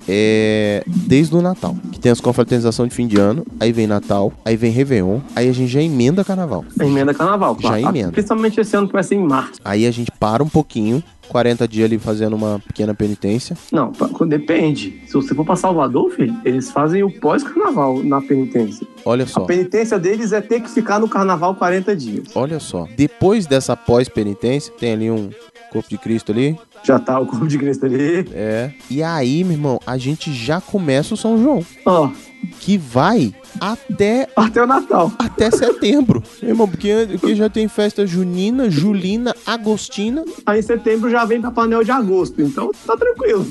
é, desde o Natal. Que tem as confraternizações de fim de ano, aí vem Natal, aí vem Réveillon, aí a gente já emenda carnaval. Emenda carnaval, claro. Já emenda. Principalmente esse ano que vai ser em março. Aí a gente para um pouquinho, 40 dias ali fazendo uma pequena penitência. Não, pa- depende. Se você for pra Salvador, filho, eles fazem o pós-carnaval na penitência. Olha só. A penitência deles é ter que ficar no carnaval 40 dias. Olha só. Depois dessa pós-penitência, tem ali um corpo de Cristo ali. Já tá o corpo de Cristo ali. É. E aí, meu irmão, a gente já começa o São João. Ó. Que vai até. Até o Natal. Até setembro. Meu irmão, porque, porque já tem festa junina, julina, agostina. Aí setembro já vem pra panel de agosto, então tá tranquilo.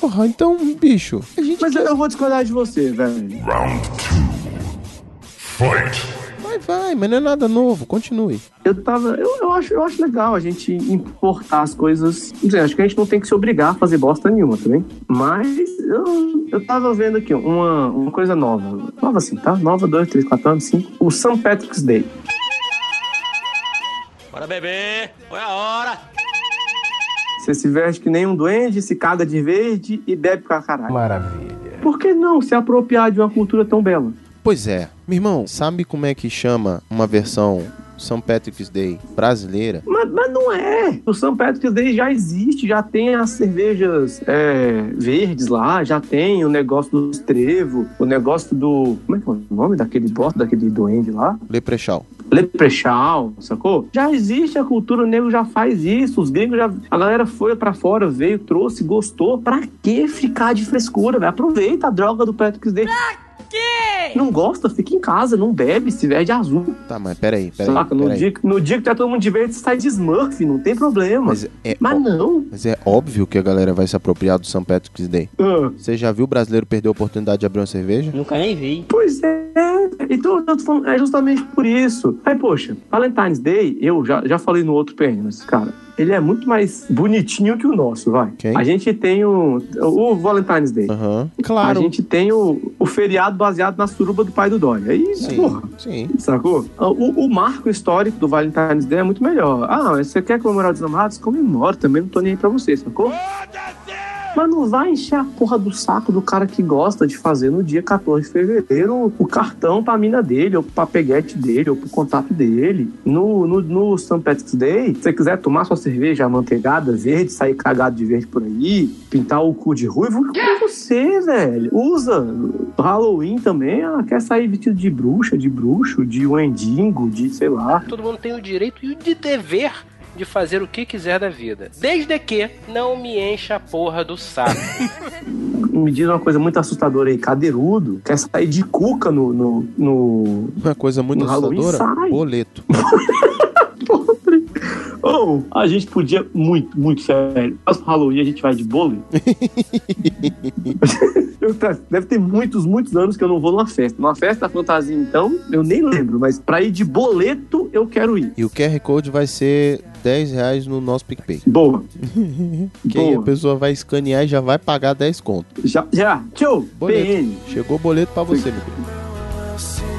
Porra, então, bicho. Mas eu- eu vou discordar de você, velho. Fight! Mas, Vai, mas não é nada novo, continue. Eu tava. Eu, eu, acho, eu acho legal a gente importar as coisas. Não sei, acho que a gente não tem que se obrigar a fazer bosta nenhuma também. Mas eu, eu tava vendo aqui uma, uma coisa nova. Nova assim, tá? Nova, 2, 3, 4 anos, 5. O St. Patrick's Day. Bora beber! Foi a hora! Você se veste que nem um duende, se caga de verde e bebe pra caralho. Maravilha. Por que não se apropriar de uma cultura tão bela? Pois é. Meu irmão, sabe como é que chama uma versão São Patrick's Day brasileira? Mas, mas não é. O São Patrick's Day já existe, já tem as cervejas é, verdes lá, já tem o negócio do trevo, o negócio do. Como é que é o nome daquele bosta, daquele duende lá? Leprechal. Leprechal, sacou? Já existe a cultura, o negro já faz isso, os gringos já. A galera foi pra fora, veio, trouxe, gostou. Pra que ficar de frescura, velho? Aproveita a droga do Patrick's Day. Pra não gosta, fica em casa, não bebe, se veste azul. Tá, mas peraí, peraí. Saca, no, peraí. Dia, no dia que tá todo mundo de verde, sai de Smurf, não tem problema. Mas, é mas ó- não. Mas é óbvio que a galera vai se apropriar do São Patrick's Day. Ah. Você já viu o brasileiro perder a oportunidade de abrir uma cerveja? Nunca nem vi. Pois é. Então, eu tô falando, é justamente por isso. Aí, poxa, Valentine's Day, eu já, já falei no outro PN, mas, cara, ele é muito mais bonitinho que o nosso, vai. Quem? A gente tem o, o Valentine's Day. Claro. A gente tem o, o feriado baseado na suruba do pai do Dória. Aí, Sim, porra. sim. Sacou? Ah, O, o marco histórico do Valentine's Day é muito melhor. Ah, mas você quer comemorar os namorados? Comemora também, não tô nem aí pra você, sacou? Mas não vai encher a porra do saco do cara que gosta de fazer no dia 14 de fevereiro o cartão pra mina dele, ou pra peguete dele, ou pro contato dele. No, no, no St. Patrick's Day, se você quiser tomar sua cerveja amanteigada, verde, sair cagado de verde por aí, pintar o cu de ruivo, é com você, velho. Usa. Halloween também, ah, quer sair vestido de bruxa, de bruxo, de wendigo, de sei lá. Todo mundo tem o direito e o de dever de fazer o que quiser da vida. Desde que não me encha a porra do saco. Me diz uma coisa muito assustadora aí, cadeirudo, quer sair de cuca no. no, no uma coisa muito assustadora? Boleto. Ou Oh, a gente podia, muito, muito sério. Próximo Halloween a gente vai de bolo. Eu tá- Deve ter muitos, muitos anos que eu não vou numa festa. Numa festa da fantasia, então, eu nem lembro, mas pra ir de boleto, eu quero ir. E o QR Code vai ser 10 reais no nosso PicPay. Boa. Que aí é a pessoa vai escanear e já vai pagar 10 conto. Já, já. Tchau. PN. Boleto. Chegou o boleto pra você, meu querido.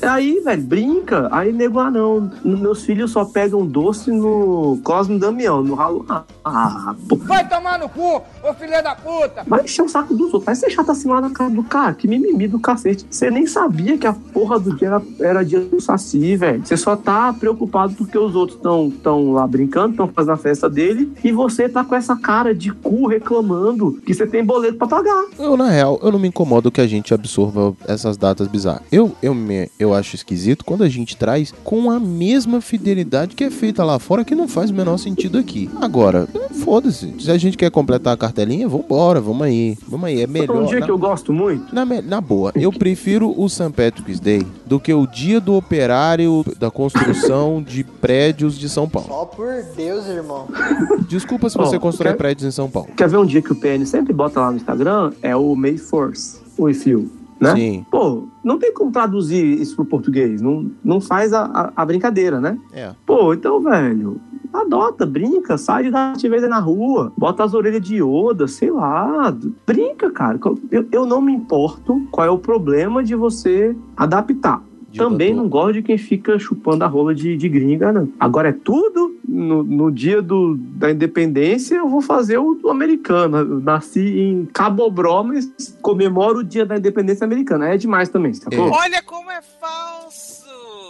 Aí, velho, brinca. Aí, nego, ah, não. Meus filhos só pegam doce no Cosmo Damião, no Halloween. Ah, pô. Vai tomar no cu, ô filha da puta! Vai encher o saco dos outros. Vai ser chato assim lá na cara do cara. Que mimimi do cacete. Você nem sabia que a porra do dia era, era dia do saci, velho. Você só tá preocupado porque os outros estão tão lá brincando, estão fazendo a festa dele. E você tá com essa cara de cu reclamando que você tem boleto pra pagar. Eu, na real, eu não me incomodo que a gente absorva essas datas bizarras. Eu, eu, me, eu acho esquisito quando a gente traz com a mesma fidelidade que é feita lá fora, que não faz o menor sentido aqui. Agora, foda-se. Se a gente quer completar a cartelinha, vambora, vamos aí. Vamos aí, é melhor. um dia na- que eu gosto muito. Na, me- na boa, eu prefiro o St. Patrick's Day do que o dia do operário da construção de prédios de São Paulo. Ó por Deus, irmão. Desculpa se você Ó, constrói quer- prédios em São Paulo. Quer ver um dia que o PN sempre bota lá no Instagram? É o May Force, o Ifil, né? Sim. Pô, não tem como traduzir isso pro português. Não, não faz a, a, a brincadeira, né? É. Pô, então, velho, adota, brinca, sai da ativeza na rua, bota as orelhas de ioda, sei lá. Brinca, cara. Eu, eu não me importo qual é o problema de você adaptar. Também não gosto de quem fica chupando a rola de, de gringa, não. Agora é tudo no, no dia do, da independência, eu vou fazer o, do americano. Eu nasci em Cabobró, mas comemoro o dia da independência americana. Aí É demais também, sacou? É. Olha como é falso!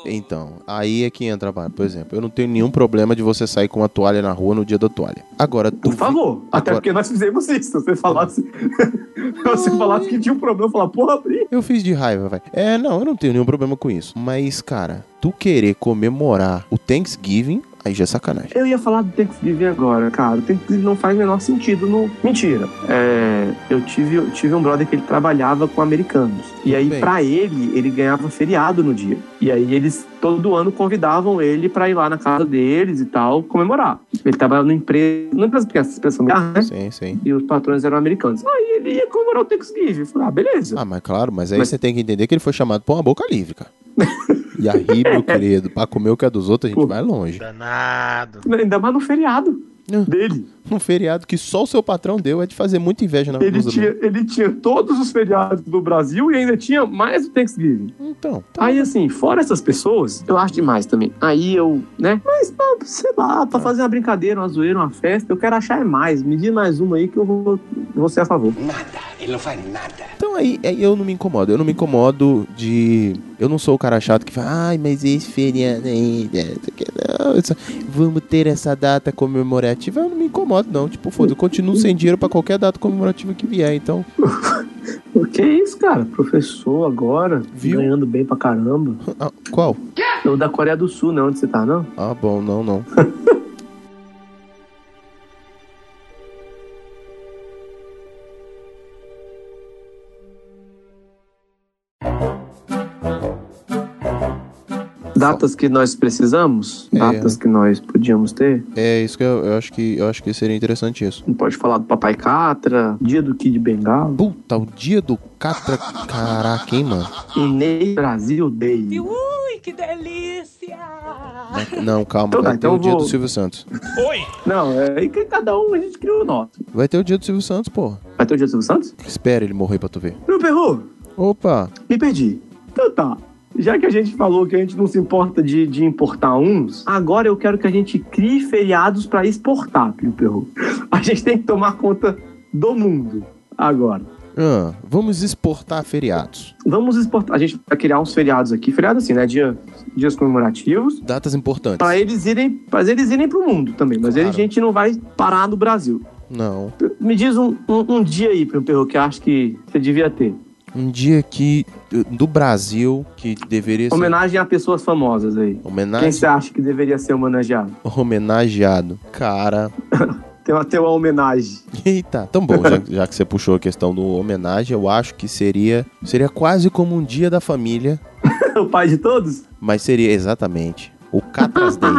Então, aí é que entra a parada. Por exemplo, eu não tenho nenhum problema de você sair com uma toalha na rua no dia da toalha. Agora, tu. Por favor, até porque nós fizemos isso. Se você falasse, se você falasse que tinha um problema, eu falava, porra, abri. Eu fiz de raiva, vai. É, não, eu não tenho nenhum problema com isso. Mas, cara, tu querer comemorar o Thanksgiving aí já é sacanagem. Eu ia falar do Tem que Viver agora, cara. O Tem que Viver não faz o menor sentido. No... Mentira. É, eu tive, eu tive um brother que ele trabalhava com americanos. E aí, Bem. pra ele, ele ganhava feriado no dia. E aí, eles todo ano convidavam ele pra ir lá na casa deles e tal, comemorar. Ele trabalhava numa empresa, numa empresa porque essas pessoas ah, né? Sim, sim. E os patrões eram americanos. Aí ele ia comemorar o Thanksgiving. Eu falei, ah, beleza. Ah, mas claro, mas aí você tem que entender que ele foi chamado pra uma boca livre, cara. E aí, meu querido, pra comer o que é dos outros, a gente vai longe. Danado. Ainda mais no feriado dele. Um feriado que só o seu patrão deu é de fazer muita inveja na Ele blusa tinha, dele. ele tinha todos os feriados do Brasil e ainda tinha mais o Thanksgiving. Então. Aí, assim, fora essas pessoas, eu acho demais também. Aí eu, né? É. Mas, pá, sei lá, pra fazer uma brincadeira, uma zoeira, uma festa, eu quero achar é mais. Me diz mais uma aí que eu vou, vou ser a favor. Ele não faz nada. Então aí, aí eu não me incomodo. Eu não me incomodo de. Eu não sou o cara chato que fala, ai, mas é esse feriado ainda. não sei o que, não, né, isso- Vamos ter essa data comemorativa. Eu não me incomodo, não. Tipo, foda, eu continuo sem dinheiro pra qualquer data comemorativa que vier, então. O que é isso, cara? Professor agora, ganhando bem pra caramba. ah, qual? É O da Coreia do Sul, né? Onde você tá, não? Ah, bom, não, não. Datas que nós precisamos? É. Datas que nós podíamos ter? É isso que eu, eu acho que eu acho que seria interessante isso. Não pode falar do Papai Catra, dia do Kid Bengala. Puta, o dia do Catra. Caraca, hein, mano? Inei Brasil Day. Ui, que delícia! Não, calma, Então tá, vai ter então o dia vou- do Silvio Santos. Oi! Não, é e que cada um a gente criou o nosso. Vai ter o dia do Silvio Santos, porra. Vai ter o dia do Silvio Santos? Espera ele morrer pra tu ver. Meu perru, Opa! me perdi. Então tá. Já que a gente falou que a gente não se importa de, de importar uns, agora eu quero que a gente crie feriados pra exportar, Pio Perru. A gente tem que tomar conta do mundo agora. Ah, vamos exportar feriados. Vamos exportar. A gente vai criar uns feriados aqui. Feriado assim, né? Dia, dias comemorativos. Datas importantes. Pra eles irem, pra eles irem pro mundo também. Mas Claro. a gente não vai parar no Brasil. Não. Me diz um, um, um dia aí, Pio Perru, que eu acho que você devia ter. Um dia que. do Brasil, que deveria ser. Homenagem a pessoas famosas aí. Quem Homenagem. você acha que deveria ser homenageado? Homenageado. Cara. Tem até uma homenagem. Eita, tão bom, já, já que você puxou a questão do homenagem, eu acho que seria. Seria quase como um dia da família, o pai de todos? mas seria exatamente. O Catras Day.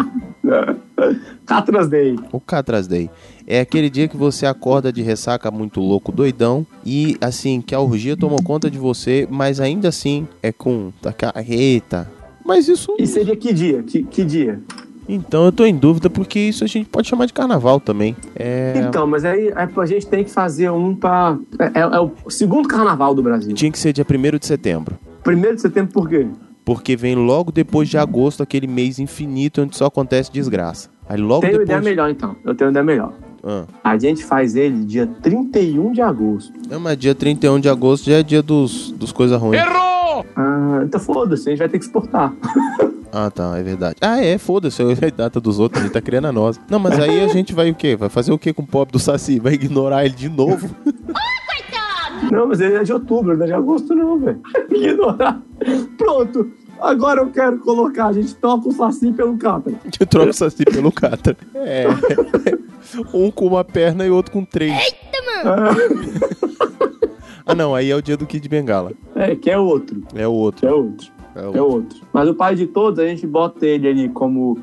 Catras Day. O Catras Day. É aquele dia que você acorda de ressaca muito louco, doidão, e assim, que a orgia tomou conta de você, mas ainda assim é com. taca- Eita. Mas isso. E seria que dia? Que, que dia? Então eu tô em dúvida, porque isso a gente pode chamar de carnaval também. É. Então, mas aí, aí a gente tem que fazer um pra. É, é o segundo carnaval do Brasil. Tinha que ser dia 1 de setembro. Primeiro de setembro, por quê? Porque vem logo depois de agosto, aquele mês infinito onde só acontece desgraça. Aí logo tenho depois. ideia melhor, então. Eu tenho ideia melhor. Ah. A gente faz ele dia 31 de agosto. Não, mas dia 31 de agosto já é dia dos, dos coisas ruins. Ah, então foda-se, a gente vai ter que exportar. Ah, tá, é verdade. Ah, é, foda-se, é a data dos outros, a gente tá criando a nossa. Não, mas aí a gente vai o quê? Vai fazer o quê com o pobre do Saci? Vai ignorar ele de novo? Não, mas ele é de outubro, não é de agosto, não, velho. Ignorar. Pronto. Agora eu quero colocar, a gente toca o Saci pelo Catra. Eu troco o Saci pelo Catra. É. Um com uma perna e outro com três. Eita, mano! Ah, não, aí é o dia do Kid Bengala. É, que é outro. É o outro. É outro. É É outro. Mas o pai de todos, a gente bota ele ali como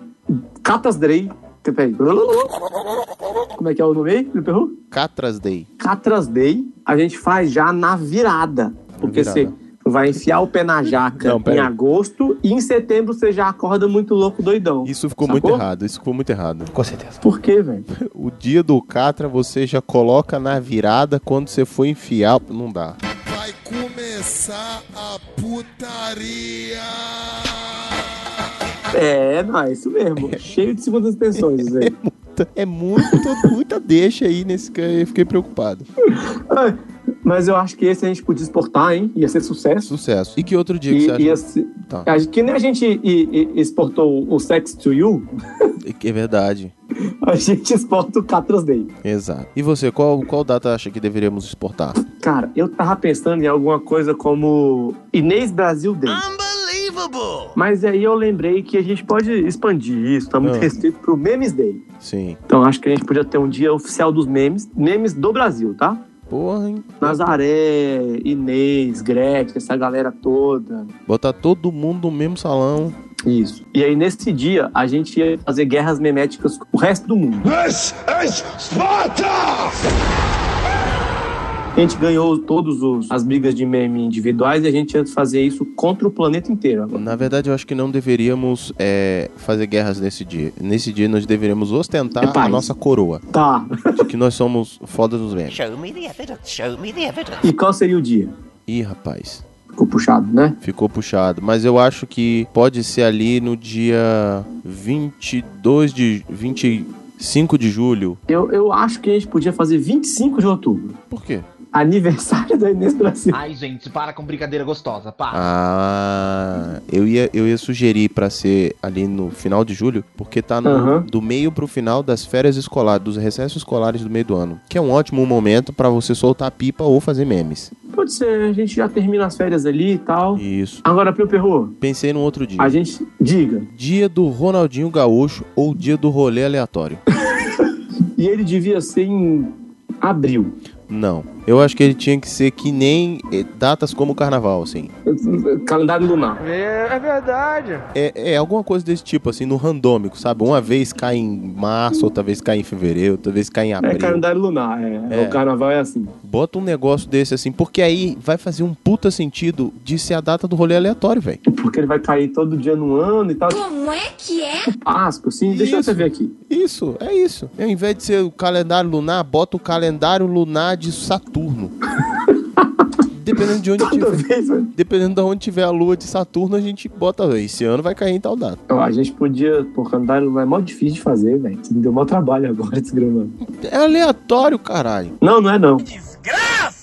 Catas Drey. Que- peraí. Como é que é o nome aí? Me perrou? Catras Day. Catras Day. A gente faz já na virada. Porque virada. você vai enfiar o pé na jaca Não, em pera aí. agosto e em setembro você já acorda muito louco, doidão. Isso ficou muito errado, isso ficou muito errado. Com certeza. Por quê, velho? O dia do Catra você já coloca na virada quando você for enfiar. Não dá. Vai começar a putaria. É, não, é isso mesmo. Cheio de segundas intenções, isso aí. É muito, muita deixa aí nesse ca- Eu fiquei preocupado. Ah, Mas eu acho que esse a gente podia exportar, hein? Ia ser sucesso. Sucesso. E que outro dia que E- você acha? e esse- Tá. A gente- Que nem a gente e- e- exportou o Sex to You, É verdade. a gente exporta o Catras Day. Exato. E você, qual, qual data acha que deveríamos exportar? Cara, eu tava pensando em alguma coisa como Inês Brasil Day. Globo! Mas aí eu lembrei que a gente pode expandir isso, tá muito Ah. restrito pro Memes Day. Sim. Então acho que a gente podia ter um dia oficial dos memes, memes do Brasil, tá? Porra, hein? Nazaré, Inês, Gretchen, essa galera toda. Botar todo mundo no mesmo salão. Isso. E aí, nesse dia, a gente ia fazer guerras meméticas com o resto do mundo. This is Sparta! A gente ganhou todas as brigas de meme individuais e a gente ia fazer isso contra o planeta inteiro. agora. Na verdade, eu acho que não deveríamos é, fazer guerras nesse dia. Nesse dia, nós deveríamos ostentar É paz. a nossa coroa. Tá. De que nós somos foda nos memes. Show me the evidence. Show me the evidence. E qual seria o dia? Ih, rapaz. Ficou puxado, né? Ficou puxado. Mas eu acho que pode ser ali no dia 22 de... 25 de julho. Eu, eu acho que a gente podia fazer 25 de outubro. Por quê? Aniversário da Inês Brasil. Ai, gente, para com brincadeira gostosa, para. Ah, eu ia, eu ia sugerir pra ser ali no final de julho, porque tá no- Aham. do meio pro final das férias escolares, dos recessos escolares do meio do ano, que é um ótimo momento pra você soltar pipa ou fazer memes. Pode ser, a gente já termina as férias ali e tal. Isso. Agora, Pio Perro, Pensei num outro dia. a gente. Diga. Dia do Ronaldinho Gaúcho ou dia do rolê aleatório? E ele devia ser em abril. Não. Eu acho que ele tinha que ser que nem eh, datas como o carnaval, assim. Calendário lunar. É, é verdade. É, é alguma coisa desse tipo, assim, no randômico, sabe? Uma vez cai em março, outra vez cai em fevereiro, outra vez cai em É abril. calendário lunar, é. É. O carnaval é assim. Bota um negócio desse assim, porque aí vai fazer um puta sentido de ser a data do rolê aleatório, velho. Porque ele vai cair todo dia no ano e tal. Como é que é? Páscoa, sim. Deixa Isso. eu ver aqui. Isso, é isso. Ao invés de ser o calendário lunar, bota o calendário lunar de Saturno. Dependendo de onde tiver. Dependendo de onde tiver a lua de Saturno, a gente bota. "Ó, Esse ano vai cair em tal data. Ó, a gente podia. Pô, calendário lunar é mó difícil de fazer, velho. Você me deu mó trabalho agora desgramando. É aleatório, caralho. Não, não é não.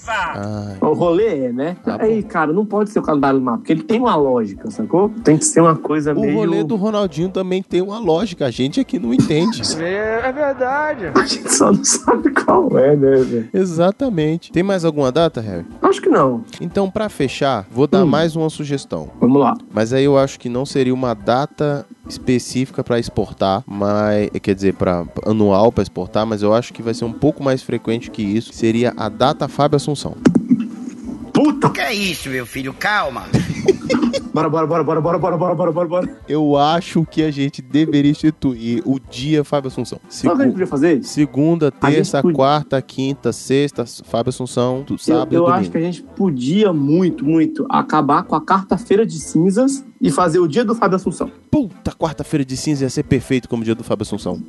Ai. O rolê é, né? Aí, cara, não pode ser o calendário lunar, porque ele tem uma lógica, sacou? Tem que ser uma coisa O meio. rolê do Ronaldinho também tem uma lógica, a gente aqui não entende. É, é verdade. A gente só não sabe qual é, né, velho? Exatamente. Tem mais alguma data, Harry? Acho que não. Então, pra fechar, vou dar mais uma sugestão. Vamos lá. Mas aí eu acho que não seria uma data específica pra exportar, mas quer dizer, para anual pra exportar, mas eu acho que vai ser um pouco mais frequente que isso. que Seria a data Fábio Assunção. Puta! Que é isso, meu filho? Calma. Bora, bora, bora, bora, bora, bora, bora, bora, bora, bora. Eu acho que a gente deveria instituir o dia Fábio Assunção. Sabe o que é a gente podia fazer? Segunda, A gente terça, podia- quarta, quinta, sexta, Fábio Assunção, do Eu- sábado eu e domingo. acho que a gente podia muito, muito acabar com a quarta-feira de cinzas e fazer o dia do Fábio Assunção. Puta, quarta-feira de cinza ia ser perfeito como dia do Fábio Assunção.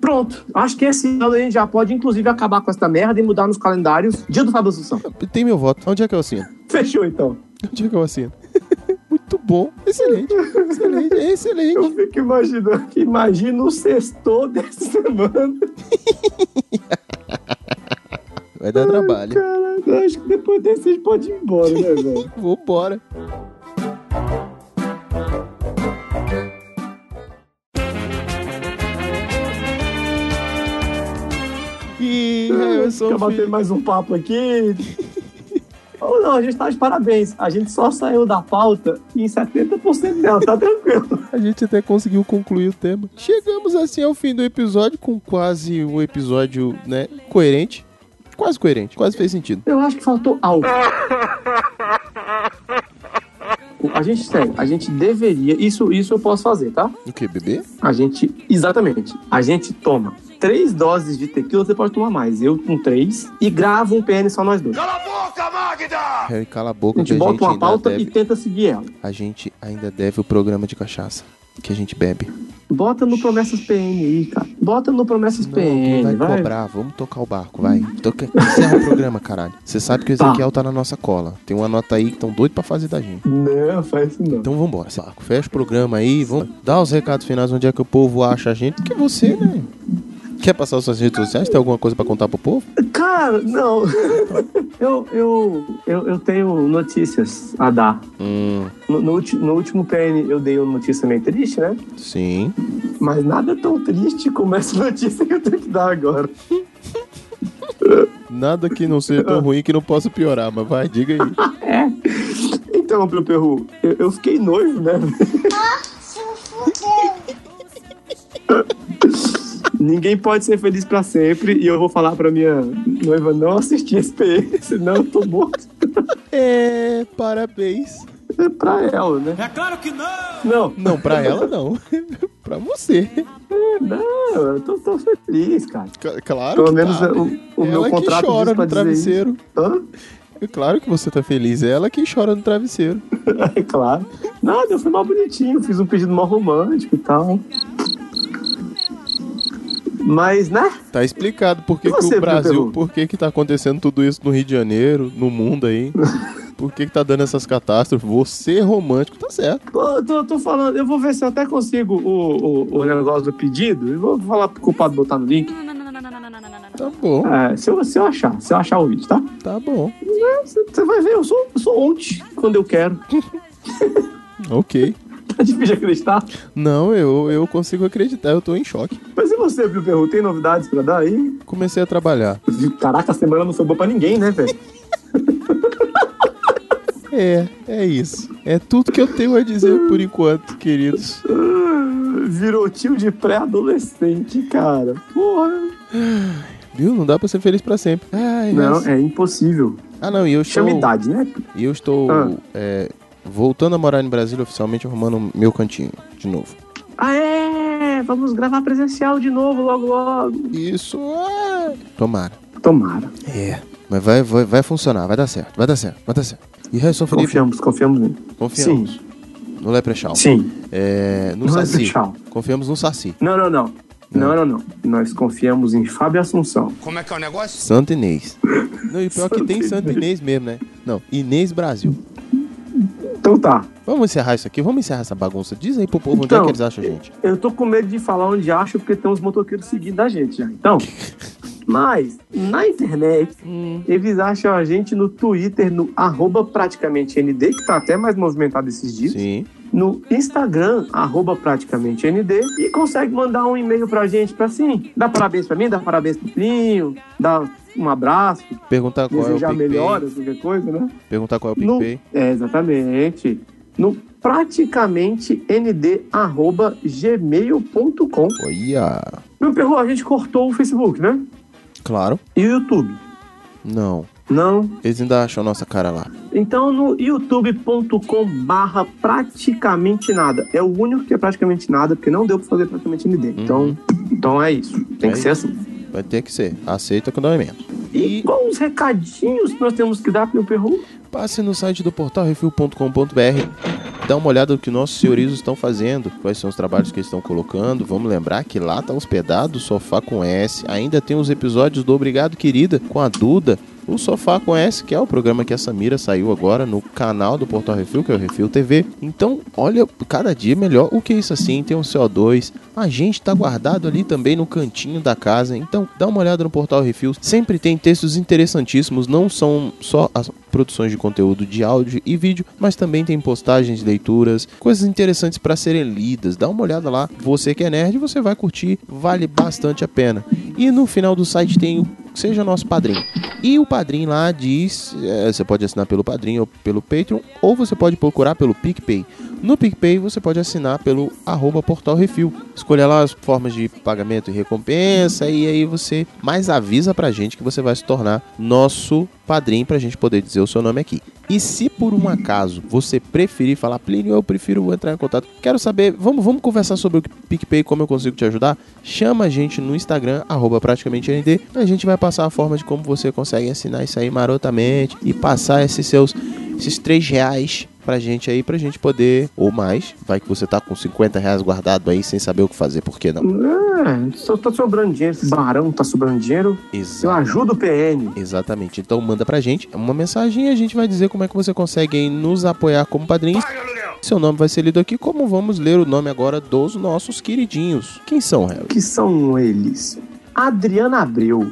Pronto. Acho que esse ano a gente já pode, inclusive, acabar com essa merda e mudar nos calendários dia do Fábio Assunção. Tem meu voto. Onde é que eu assino? Fechou, então. Onde é que eu assino? Muito bom. Excelente. Excelente, excelente. Eu fico imaginando. Imagina o sextou dessa semana. Vai dar trabalho. Caralho, eu acho que depois desse a gente pode ir embora, né, velho? Vou embora. E eu sou bater mais um papo aqui. Ou não, a gente tá de parabéns. A gente só saiu da pauta em 70% dela, tá tranquilo. A gente até conseguiu concluir o tema. Chegamos assim ao fim do episódio com quase um episódio, né, coerente. Quase coerente, quase fez sentido. Eu acho que faltou algo. A gente, sério, a gente deveria. Isso, isso eu posso fazer, tá? O que, bebê? A gente. Exatamente. A gente toma três doses de tequila, você pode tomar mais. Eu com três. E grava um PN só nós dois. A Harry, cala a boca gente que a gente bota uma ainda pauta e deve... tenta seguir ela. A gente ainda deve o programa de cachaça que a gente bebe. Bota no Promessas PN aí, cara. Bota no Promessas Quem PN. vai, vai. cobrar, vamos tocar o barco, vai. Toca... Encerra o programa, caralho. Você sabe que o Ezequiel tá. na nossa cola. Tem uma nota aí que estão doido pra fazer da gente. Não, faz isso não. Então vambora, esse barco. Fecha o programa aí, vamos dar os recados finais onde é que o povo acha a gente. Porque você, né? Quer passar suas redes sociais? Tem alguma coisa pra contar pro povo? Cara, não. eu, eu, eu, eu tenho notícias a dar. Hum, No, no ulti- no último PN eu dei uma notícia meio triste, né? sim. Mas nada tão triste como essa notícia que eu tenho que dar agora. Nada que não seja tão ruim que não possa piorar, mas vai, diga aí. interromper o Então, Perru. Eu, eu fiquei noivo, né? Ah, se fudeu. Ninguém pode ser feliz pra sempre. E eu vou falar pra minha noiva não assistir esse PN, senão eu tô morto. É, parabéns. É pra ela, né? É claro que não! Não. Não, pra ela não. pra você. É, não, eu tô, tô feliz, cara. claro Pelo que menos tá. o, o meu Ela que contrato diz chora pra no dizer travesseiro. isso. Hã? É claro que você tá feliz. É ela quem chora no travesseiro. É claro. Nada, eu fui mal bonitinho, fiz um pedido mal romântico e tal. Mas, né? Tá explicado E por que, que você, o Brasil, Peru? por que, que tá acontecendo tudo isso no Rio de Janeiro, no mundo aí. Por que, que tá dando essas catástrofes? Você romântico, tá certo. Pô, eu tô, eu tô falando, eu vou ver se eu até consigo o, o, o negócio do pedido. Eu vou falar pro culpado botar no link. Tá bom. É, se, eu, se eu achar, se eu achar o vídeo, tá? Tá bom. Você vai ver, eu sou, eu sou ontem, quando eu quero. Ok. Tá difícil acreditar. Não, eu, eu consigo acreditar, eu tô em choque. Mas e você, viu, Perru? Tem novidades pra dar aí? Comecei a trabalhar. Caraca, a semana não foi boa pra ninguém, né, velho? É, é isso. É tudo que eu tenho a dizer por enquanto, queridos. Ah, Virou tio de pré-adolescente, cara. Porra. Viu? Não dá pra ser feliz pra sempre. Ai, Não, nossa. é impossível. Ah, não, e eu estou. Chama idade, né? E eu estou Ah. é, voltando a morar em Brasília oficialmente, arrumando meu cantinho de novo. Ah, é! Vamos gravar presencial de novo logo, logo. Isso é! Tomara. Tomara. É. Mas vai, vai, vai funcionar, vai dar certo, vai dar certo, vai dar certo. E Harrison Felipe? Confiamos, confiamos nele. Confiamos. No Leprechaun. Sim. É, no, No Saci. Leprechaun. Confiamos no Saci. Não, não, não. É. Não, não, não. Nós confiamos em Fábio Assunção. Como é que é o negócio? Santo Inês. Não, e pior que tem Santo Inês mesmo, né? Não, Inês Brasil. Então tá. Vamos encerrar isso aqui, vamos encerrar essa bagunça. Diz aí pro povo onde é Então, que eles acham a gente. Eu tô com medo de falar onde acho, porque tem uns motoqueiros seguindo a gente já. Então. Mas, na internet, eles acham a gente no Twitter, no arroba praticamente ND, que tá até mais movimentado esses dias. Sim. No Instagram, arroba praticamente ND, e consegue mandar um e-mail pra gente pra assim, dá parabéns pra mim, dá parabéns pro Plinho, dá um abraço, Perguntar qual é o desejar PicPay. melhoras, qualquer coisa, né? Perguntar qual é o No- PicPay. É, exatamente. No praticamente nd arroba gmail.com. Olha. Meu perro, a gente cortou o Facebook, né? Claro. E o YouTube? Não. Não. Eles ainda acham a nossa cara lá. Então no youtube.com barra praticamente nada. É o único que é praticamente nada, porque não deu pra fazer praticamente ND. Então, então é isso. Tem É que ser isso. assim. Vai ter que ser. Aceita que dá um emenda. E qual os recadinhos que nós temos que dar pro meu perru? Passe no site do portal refil.com.br. Dá uma olhada no que nossos senhorios estão fazendo, quais são os trabalhos que eles estão colocando. Vamos lembrar que lá está hospedado o Sofá com S. Ainda tem os episódios do Obrigado Querida com a Duda. O Sofá com S, que é o programa que a Samira saiu agora no canal do Portal Refil, que é o Refil TV. Então, olha, cada dia melhor. O que é isso assim? Tem um CO2. A gente tá guardado ali também no cantinho da casa. Então, dá uma olhada no Portal Refil. Sempre tem textos interessantíssimos. Não são só as produções de conteúdo de áudio e vídeo, mas também tem postagens, leituras, coisas interessantes para serem lidas. Dá uma olhada lá. Você que é nerd, você vai curtir. Vale bastante a pena. E no final do site tem o Seja nosso padrinho. E o padrinho lá diz: é, você pode assinar pelo padrinho ou pelo Patreon, ou você pode procurar pelo PicPay. No PicPay você pode assinar pelo arroba portal refil. Escolha lá as formas de pagamento e recompensa, e aí você mais avisa pra gente que você vai se tornar nosso padrinho pra gente poder dizer o seu nome aqui. E se por um acaso você preferir falar, Plínio, eu prefiro entrar em contato, quero saber, vamos, vamos conversar sobre o PicPay, como eu consigo te ajudar? Chama a gente no Instagram, arroba praticamente ND, a gente vai passar a forma de como você consegue assinar isso aí marotamente e passar esses seus, esses três reais pra gente aí, pra gente poder, ou mais, vai que você tá com 50 reais guardado aí sem saber o que fazer, por que não? É, só tá sobrando dinheiro. Esse barão tá sobrando dinheiro. Eu ajudo o PN. Exatamente. Então manda pra gente uma mensagem e a gente vai dizer como é que você consegue aí nos apoiar como padrinhos. Seu nome vai ser lido aqui, como vamos ler o nome agora dos nossos queridinhos. Quem são, Harry? Que são eles? Adriana Abreu,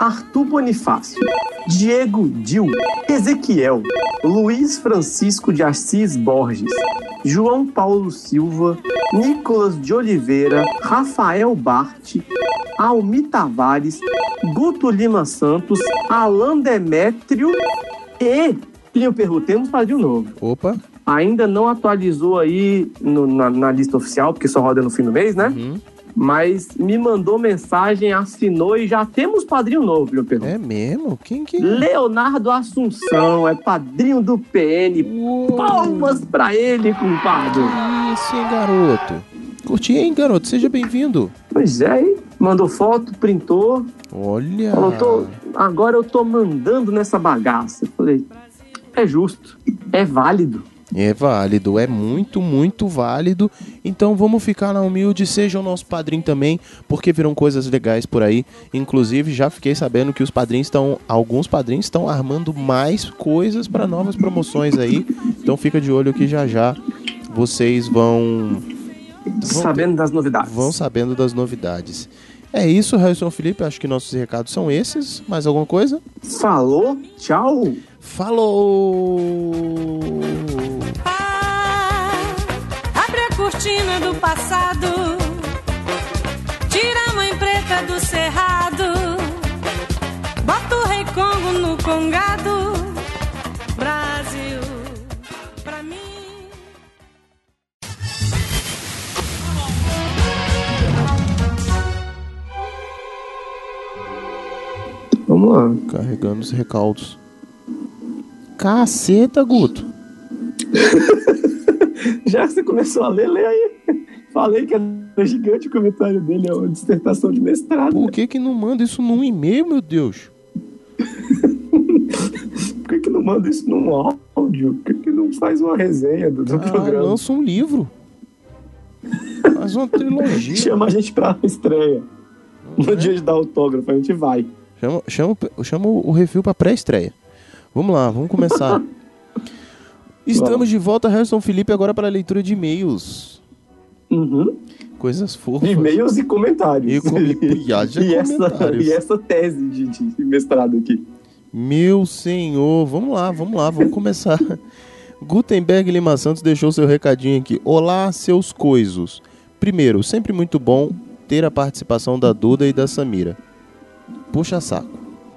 Arthur Bonifácio, Diego Dil, Ezequiel, Luiz Francisco de Assis Borges, João Paulo Silva, Nicolas de Oliveira, Rafael Bart, Almi Tavares, Guto Lima Santos, Alan Demétrio e Clinho Perru, temos quadrinho novo. Opa. Ainda não atualizou aí no- na, na lista oficial, porque só roda no fim do mês, né? Uhum. Mas me mandou mensagem, assinou e já temos padrinho novo, Clinho Perru. É mesmo? Quem que. Leonardo Assunção é padrinho do PN. Palmas pra ele, compadre. Isso, hein, garoto. Curti, hein, garoto? Seja bem-vindo. Pois é, hein? mandou foto, printou. Olha. Falou, tô- agora eu tô mandando nessa bagaça. Falei, é justo, é válido. É válido, é muito, muito válido. Então vamos ficar na humilde, seja o nosso padrinho também, porque virão coisas legais por aí. Inclusive, já fiquei sabendo que os padrinhos estão, alguns padrinhos estão armando mais coisas para novas promoções aí. Então fica de olho que já já vocês vão, Sabendo das novidades. Vão sabendo das novidades. É isso, Harrison Felipe, acho que nossos recados são esses. Mais alguma coisa? Falou, tchau. Falou. Abre a cortina do passado. Tira a mãe preta do cerrado. Bota o rei Congo no congado. Brasil, pra mim. Vamos lá. Carregando os recaldos. Caceta, Guto. Já que você começou a ler, lê aí. Falei que é gigante o comentário dele, é uma dissertação de mestrado. Por que que não manda isso num e-mail, meu Deus? Por que, que não manda isso num áudio? Por que, que não faz uma resenha do, do Ah, programa? lança um livro. Faz uma trilogia. Chama a gente pra estreia. é? No dia de dar autógrafo, a gente vai. Chama, chama, o- chama o review pra pré-estreia. Vamos lá, vamos começar. Estamos de volta, Harrison Felipe, agora para a leitura de e-mails. Coisas fofas. Uhum. E-mails e comentários. E, com... e, haja E essa, comentários. e essa tese de, de mestrado aqui. Meu senhor, vamos lá, vamos lá, vamos começar. Gutenberg Lima Santos deixou seu recadinho aqui. Olá, seus coisos. Primeiro, sempre muito bom ter a participação da Duda e da Samira. Puxa saco.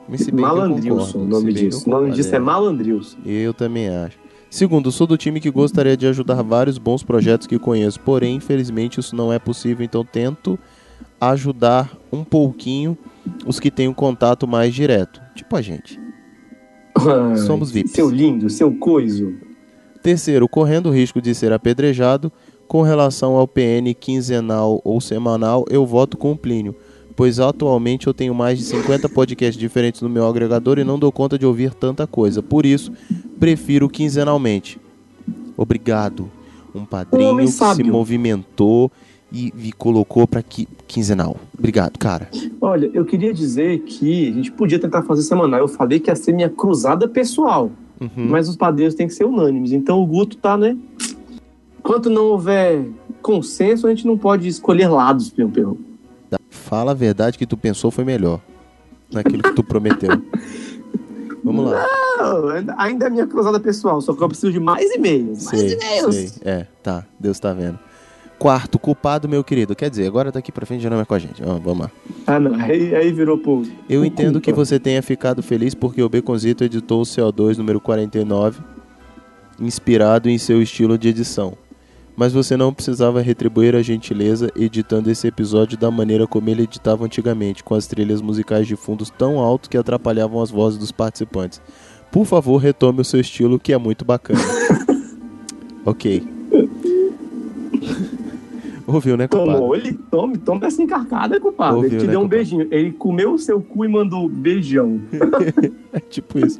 Mas se bem que eu Malandrilson, concordo, o se nome bem que eu disso. O nome concordo, disso é Malandrilson. Eu também acho. Segundo, sou do time que gostaria de ajudar vários bons projetos que conheço, porém, infelizmente, isso não é possível, então tento ajudar um pouquinho os que têm um contato mais direto. Tipo a gente. é. Somos VIPs. Ah, Seu lindo, seu coiso. Terceiro, correndo o risco de ser apedrejado, com relação ao PN quinzenal ou semanal, eu voto com o Plínio, pois atualmente eu tenho mais de 50 podcasts diferentes no meu agregador e não dou conta de ouvir tanta coisa. Por isso, prefiro quinzenalmente. Obrigado. Um padrinho homem que se sábio. movimentou e, e colocou para qui quinzenal. Obrigado, cara. Olha, eu queria dizer que a gente podia tentar fazer semanal. Eu falei que ia ser minha cruzada pessoal. Uhum. Mas os padrinhos têm que ser unânimes. Então o Guto tá, né? Enquanto não houver consenso, a gente não pode escolher lados, Pião Perro. Da- Fala a verdade que tu pensou foi melhor naquilo que tu prometeu. Vamos lá. Não, ainda- ainda é minha cruzada pessoal, só que eu preciso de mais e-mails. Mais Sei, e-mails. sei. É, tá. Deus tá vendo. Quarto, culpado, meu querido. Quer dizer, agora daqui pra frente já não é com a gente. Ó, vamos lá. Ah, não. Aí, aí virou pro. Eu entendo que você é tenha ficado feliz porque o Beconzito editou o CO2 número 49, inspirado em seu estilo de edição. Mas você não precisava retribuir a gentileza editando esse episódio da maneira como ele editava antigamente, com as trilhas musicais de fundos tão altos que atrapalhavam as vozes dos participantes. Por favor, retome o seu estilo, que é muito bacana. ok. Ouviu, né, compadre? Tomou, ele tome, tome essa encarcada, compadre. Ouviu, ele te né, deu um compadre? beijinho. Ele comeu o seu cu e mandou um beijão. É tipo isso.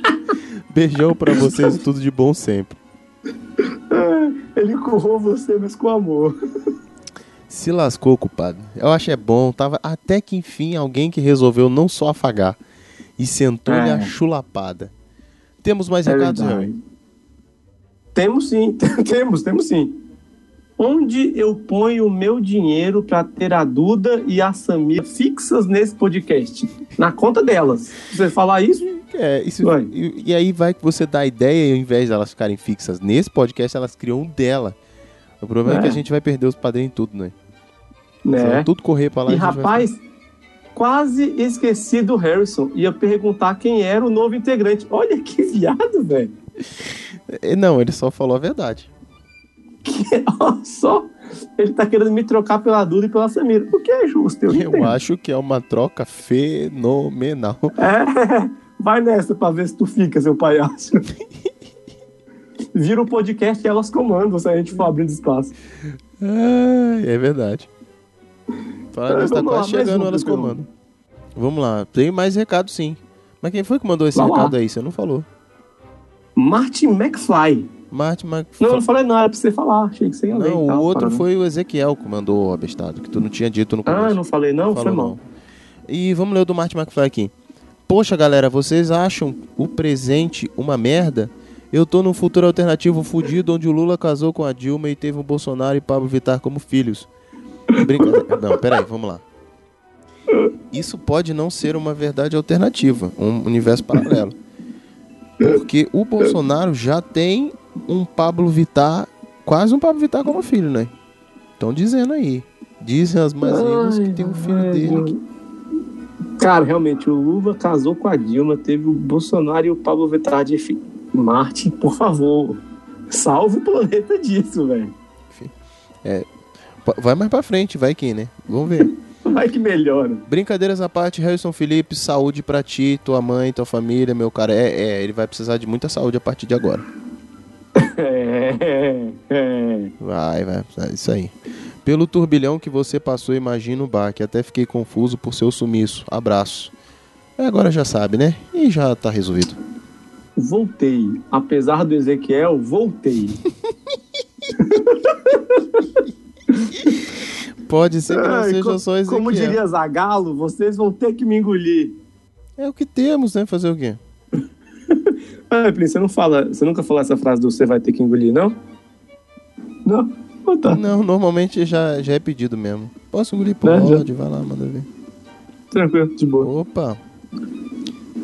Beijão pra vocês e tudo de bom sempre. ele currou você, mas com amor. Se lascou, culpado. Eu acho é bom. Tava até que enfim alguém que resolveu não só afagar e sentou-lhe É. a chulapada. Temos mais É recados, verdade. Harry? Temos sim, temos, temos sim. Onde eu ponho o meu dinheiro pra ter a Duda e a Samir fixas nesse podcast? Na conta delas. Se você falar isso, É, isso, e, e aí vai que você dá a ideia e ao invés delas ficarem fixas nesse podcast, elas criam um dela. O problema é, que É. a gente vai perder os padrinhos em tudo, né? Né? Se ela tudo correr pra lá e a gente vai- rapaz, quase esqueci do Harrison. Ia perguntar quem era o novo integrante. Olha que viado, velho. É, Não, ele só falou a verdade. Que- Olha só, ele tá querendo me trocar pela Duda e pela Samira. O que é justo, eu, não Eu entendo. acho que é uma troca fenomenal. É, vai nessa pra ver se tu fica, seu palhaço. Vira o podcast e elas comandam se a gente for abrindo espaço. Ai, É, verdade. Fala É, nisso, tá vamos lá, quase mais chegando, um, elas Pedrão. comandam. Vamos lá, tem mais recado sim. Mas quem foi que mandou esse Vamos lá. recado aí? Você não falou. Martin McFly. Martin McFly. Não, eu não falei não, era pra você falar. Achei que você ia ler. Não, e tal, o outro parando. foi o Ezequiel que mandou o abestado, que tu não tinha dito no começo. Ah, eu não falei não? Falou foi mal. não. E vamos ler o do Martin McFly aqui. Poxa, galera, vocês acham o presente uma merda? Eu tô num futuro alternativo fudido onde o Lula casou com a Dilma e teve o Bolsonaro e Pablo Vittar como filhos. Brincadeira. Não, peraí, vamos lá. Isso pode não ser uma verdade alternativa, um universo paralelo. Porque o Bolsonaro já tem um Pablo Vittar, quase um Pablo Vittar como filho, né? Estão dizendo aí. Dizem as mais línguas que tem um filho dele. que- Cara, realmente, o Lula casou com a Dilma, teve o Bolsonaro e o Pablo Vittar de fi- Martin, por favor, salve o planeta disso, velho. É, pa- vai mais pra frente, vai que, né? Vamos ver. Vai que melhora. Brincadeiras à parte, Harrison Felipe, saúde pra ti, tua mãe, tua família, meu cara. É, é, ele vai precisar de muita saúde a partir de agora. É, é. Vai, vai, é isso aí. Pelo turbilhão que você passou, imagino o baque. Até fiquei confuso por seu sumiço. Abraço. É, agora já sabe, né? E já tá resolvido. Voltei. Apesar do Ezequiel, voltei. Pode ser que é. não Ai, seja co- só Ezequiel. Como diria Zagalo, vocês vão ter que me engolir. É o que temos, né? Fazer o quê? Ah, Plínio, você não fala, você nunca falou essa frase do você vai ter que engolir, não? Não? Ah, tá. Não, normalmente já, já é pedido mesmo. Posso engolir por Né, já- ódio? Vai lá, manda ver. Tranquilo, de boa. Opa.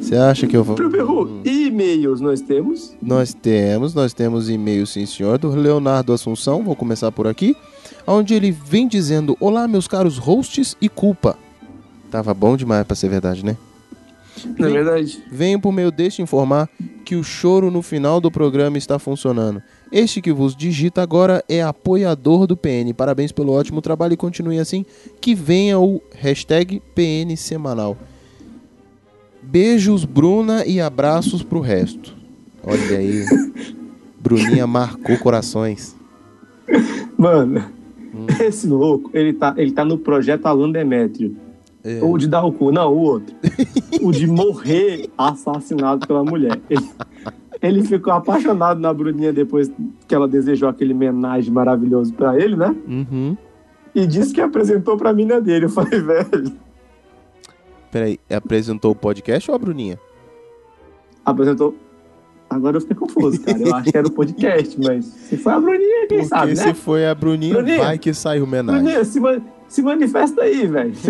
Você acha que eu vou... Pro Perru, e-mails nós temos. Nós temos, nós temos e-mail, sim senhor, do Leonardo Assunção, vou começar por aqui, onde ele vem dizendo, olá meus caros hosts e culpa. Tava bom demais pra ser verdade, né? Na verdade. Venho por meio deste informar que o choro no final do programa está funcionando. Este que vos digita agora é apoiador do PN. Parabéns pelo ótimo trabalho e continue assim. Que venha o hashtag PN semanal. Beijos, Bruna, e abraços pro resto. Olha aí. Bruninha marcou corações. Mano, esse louco, ele tá, ele tá no projeto Alan Demetrio. Ou de dar o cu, não, o outro. o de morrer assassinado pela mulher. Ele, ele ficou apaixonado na Bruninha depois que ela desejou aquele homenagem maravilhoso pra ele, né? Uhum. E disse que apresentou pra mina dele. Eu falei, velho, Peraí, apresentou o podcast ou a Bruninha? apresentou. Agora eu fiquei confuso, cara. Eu acho que era o podcast, mas se foi a Bruninha, quem Porque sabe, se né? foi a Bruninha, Bruninha. vai que sai o homenagem. Bruninha, se, ma- se manifesta aí, velho.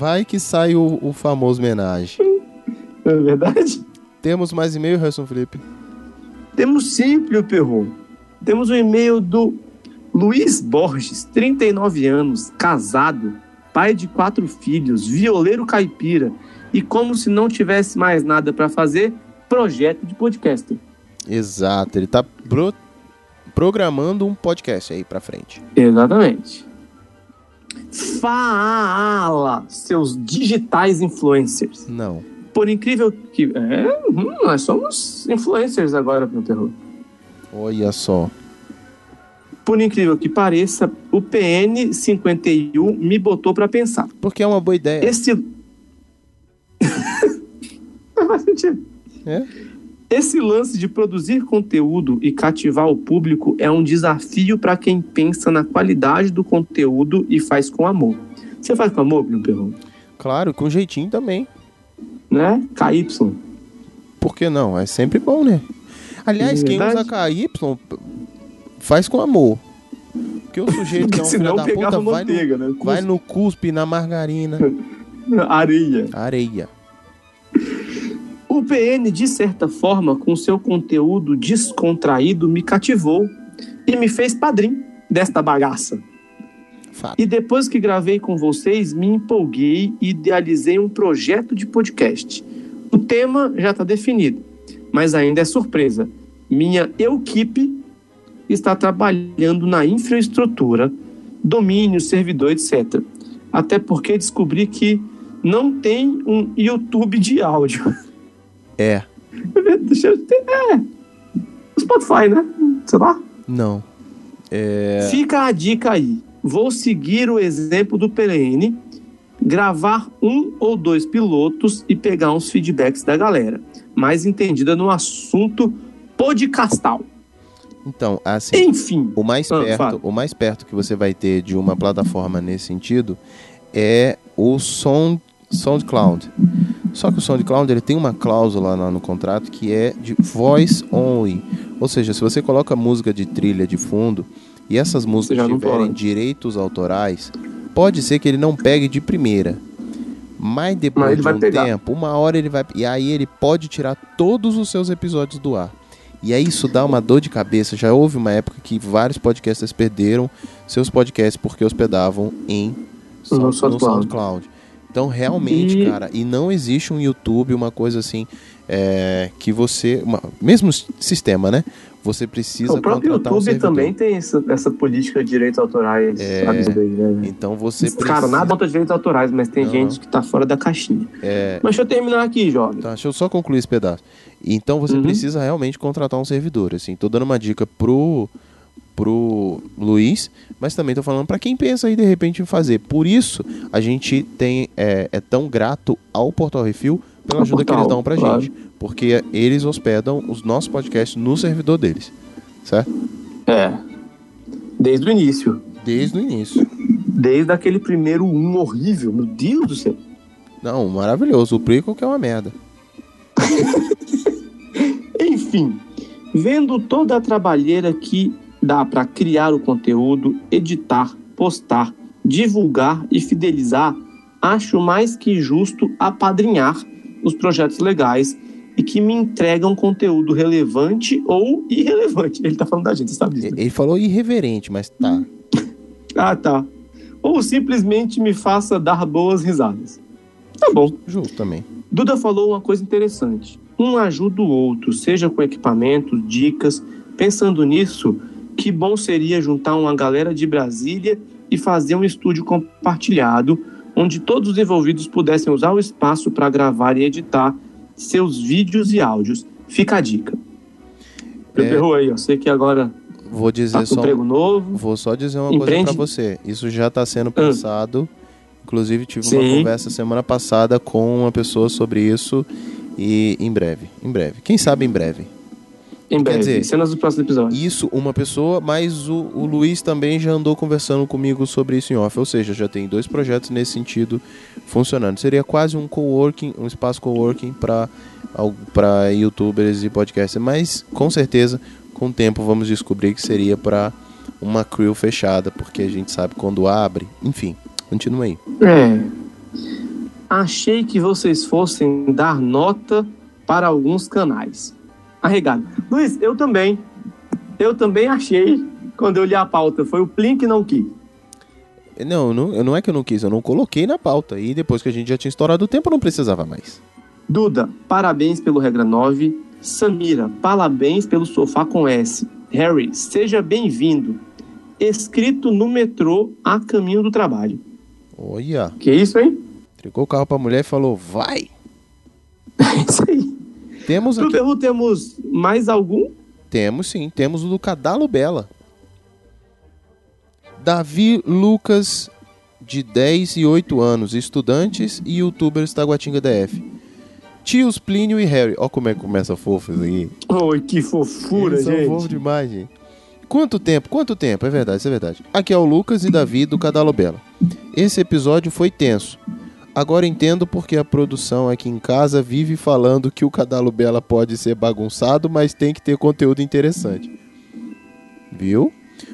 Vai que sai o, o famoso homenagem. É verdade? Temos mais e-mail, Harrison Felipe? Temos sim, Plio Perro. Temos um e-mail do Luiz Borges, 39 anos, casado, pai de quatro filhos, violeiro caipira e, como se não tivesse mais nada pra fazer, projeto de podcaster. Exato, ele tá pro- programando um podcast aí pra frente. Exatamente. Fala, seus digitais influencers. Não. Por incrível que. É, hum, nós somos influencers agora, Plio Perro. Olha só. Por incrível que pareça, o PN 51 me botou pra pensar. Porque é uma boa ideia. Esse. Não faz sentido. É? Esse lance de produzir conteúdo e cativar o público é um desafio pra quem pensa na qualidade do conteúdo e faz com amor. Você faz com amor, Bruno Perron? Claro, com jeitinho também. Né? Então, KY. Por que não? É sempre bom, né? Aliás, É quem verdade. usa KY p- faz com amor. Porque o sujeito que é um filho Senão da pegava puta vai manteiga, no, né? Cuspe. vai no cuspe, na margarina. Areia. Areia. O PN, de certa forma, com seu conteúdo descontraído, me cativou e me fez padrinho desta bagaça. E depois que gravei com vocês, me empolguei e idealizei um tá projeto de podcast. O tema já está definido, mas ainda é surpresa. Minha equipe está trabalhando na infraestrutura, domínio, servidor, etc. Até porque descobri que não tem um YouTube de áudio. É. Deixa eu ter- É. Spotify, né? Sei lá. Não. É. Fica a dica aí. Vou seguir o exemplo do PLN, gravar um ou dois pilotos e pegar uns feedbacks da galera, mais entendida no assunto podcastal. Então, assim. Enfim. O mais Ah, perto, fala. o mais perto que você vai ter de uma plataforma nesse sentido é o Sound, SoundCloud. Só que o SoundCloud ele tem uma cláusula lá no contrato que é de voice only. Ou seja, se você coloca música de trilha de fundo e essas músicas já não tiverem pode. direitos autorais, pode ser que ele não pegue de primeira. Mas depois Mas ele de vai um pegar. tempo, uma hora ele vai. E aí ele pode tirar todos os seus episódios do ar. E aí isso dá uma dor de cabeça. Já houve uma época que vários podcasters perderam seus podcasts porque hospedavam em No Sound- no SoundCloud. SoundCloud. Então, realmente, E- cara, e não existe um YouTube, uma coisa assim, é, que você. uma- mesmo s- sistema, né? Você precisa o próprio contratar um YouTube servidor. também tem essa, essa política de direitos autorais, É, sabe isso daí, né? Então você Cara, precisa- nada contra direitos autorais, mas tem Não, gente não. que tá fora da caixinha. É, Mas deixa eu terminar aqui, jovem. Tá, deixa eu só concluir esse pedaço. Então Uhum. você precisa realmente contratar um servidor, assim. Tô dando uma dica pro pro Luiz, mas também tô falando pra quem pensa aí de repente em fazer. Por isso a gente tem é, é tão grato ao Portal Refil pela Ao ajuda que eles portal, dão pra claro. gente, porque eles hospedam os nossos podcasts no servidor deles, certo? É. Desde o início. Desde o início. Desde aquele primeiro um horrível, meu Deus do céu. Não, maravilhoso. O Prickle que é uma merda. Enfim, vendo toda a trabalheira que dá para criar o conteúdo, editar, postar, divulgar e fidelizar, acho mais que justo apadrinhar os projetos legais e que me entregam conteúdo relevante ou irrelevante. Ele tá falando da gente, você sabe disso. né? Ele falou irreverente, mas Hum. tá. Ah, tá. Ou simplesmente me faça dar boas risadas. Tá bom. Justo também. Duda falou uma coisa interessante. Um ajuda o outro, seja com equipamentos, dicas. Pensando nisso, que bom seria juntar uma galera de Brasília e fazer um estúdio compartilhado, onde todos os envolvidos pudessem usar o espaço para gravar e editar seus vídeos e áudios. Fica a dica. É. Errou aí, ó. Sei que agora Vou dizer tá com só. um emprego novo. Vou só dizer uma coisa Empreende? pra você. Isso já tá sendo pensado. Inclusive, tive uma Sim. conversa semana passada com uma pessoa sobre isso. E em breve, em breve. Quem sabe em breve. Em breve. dizer, cenas do próximo episódio. Isso, uma pessoa, mas o, o Luiz também já andou conversando comigo sobre isso em off. Ou seja, já tem dois projetos nesse sentido funcionando. Seria quase um coworking, um espaço coworking para para youtubers e podcasters. Mas com certeza, com o tempo, vamos descobrir que seria para uma crew fechada, porque a gente sabe quando abre. Enfim, continua aí. É. Achei que vocês fossem dar nota para alguns canais. Arregado. Luiz, eu também. Eu também achei quando eu li a pauta. Foi o Plin que não quis. Não, não, eu- não é que eu não quis, eu não coloquei na pauta. E depois que a gente já tinha estourado o tempo, eu não precisava mais. Duda, parabéns pelo Regra 9. Samira, parabéns pelo Sofá com S. Harry, seja bem-vindo. Escrito no metrô a caminho do trabalho. Olha, Que isso, hein? entregou o carro pra mulher e falou: vai! É isso aí. Temos Pro aqui. Perru, temos mais algum? Temos sim, temos o do Cadalo Bela. Davi Lucas, de 10 e 8 anos, estudantes e youtubers Taguatinga DF. Tios Plínio e Harry. Ó como é que começa fofo isso aqui. Oi, que fofura, Eles são gente. fofos demais, gente. Quanto tempo, quanto tempo, é verdade, isso é verdade. Aqui é o Lucas e Davi do Cadalo Bela. Esse episódio foi tenso. Agora entendo porque a produção aqui em casa vive falando que o Cadalo Bela pode ser bagunçado, mas tem que ter conteúdo interessante. Viu?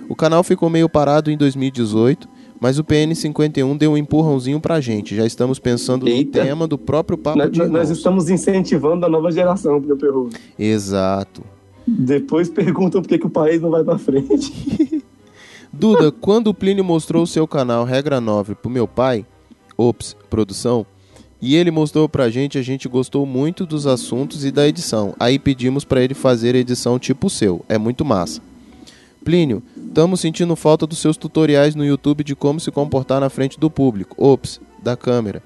O canal ficou meio parado em 2018, mas o PN51 deu um empurrãozinho pra gente. Já estamos pensando Eita. no tema do próprio Papo Nós, de nós- nós Irmãos. estamos incentivando a nova geração, meu perro. Exato. Depois perguntam por que, que o país não vai pra frente. Duda, quando o Plínio mostrou o seu canal Regra 9 pro meu pai, ops, produção, E ele mostrou pra gente, a gente gostou muito dos assuntos e da edição. Aí pedimos pra ele fazer edição tipo o seu. É muito massa. Plínio, estamos sentindo falta dos seus tutoriais no YouTube de como se comportar na frente do público. Ops, da câmera.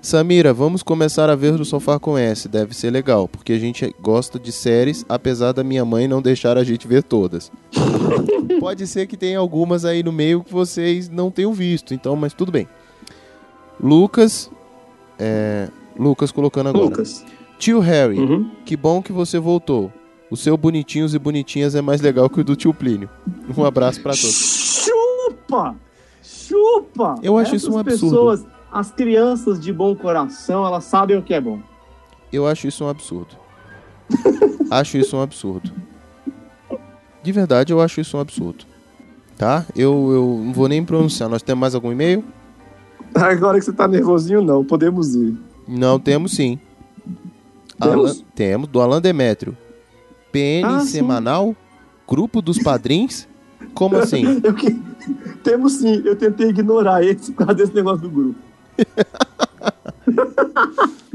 Samira, vamos começar a ver do Sofá com S. Deve ser legal, porque a gente gosta de séries, apesar da minha mãe não deixar a gente ver todas. Pode ser que tenha algumas aí no meio que vocês não tenham visto, então, mas tudo bem. Lucas. É, Lucas colocando agora. Lucas. Tio Harry, Uhum. que bom que você voltou. O seu bonitinhos e bonitinhas é mais legal que o do tio Plínio. Um abraço pra todos. Chupa! Chupa! Eu acho isso um absurdo. pessoas, as crianças de bom coração, elas sabem o que é bom. Eu acho isso um absurdo. acho isso um absurdo. De verdade, eu acho isso um absurdo. Tá? Eu, eu não vou nem pronunciar. Nós temos mais algum e-mail? Agora que você tá nervosinho, não. Podemos ir. Não, temos sim. Temos? Alan- temos, do Alan Demétrio. PN Ah, sim. semanal? Grupo dos padrinhos? Como assim? Eu que- Temos sim. Eu tentei ignorar esse por causa desse negócio do grupo.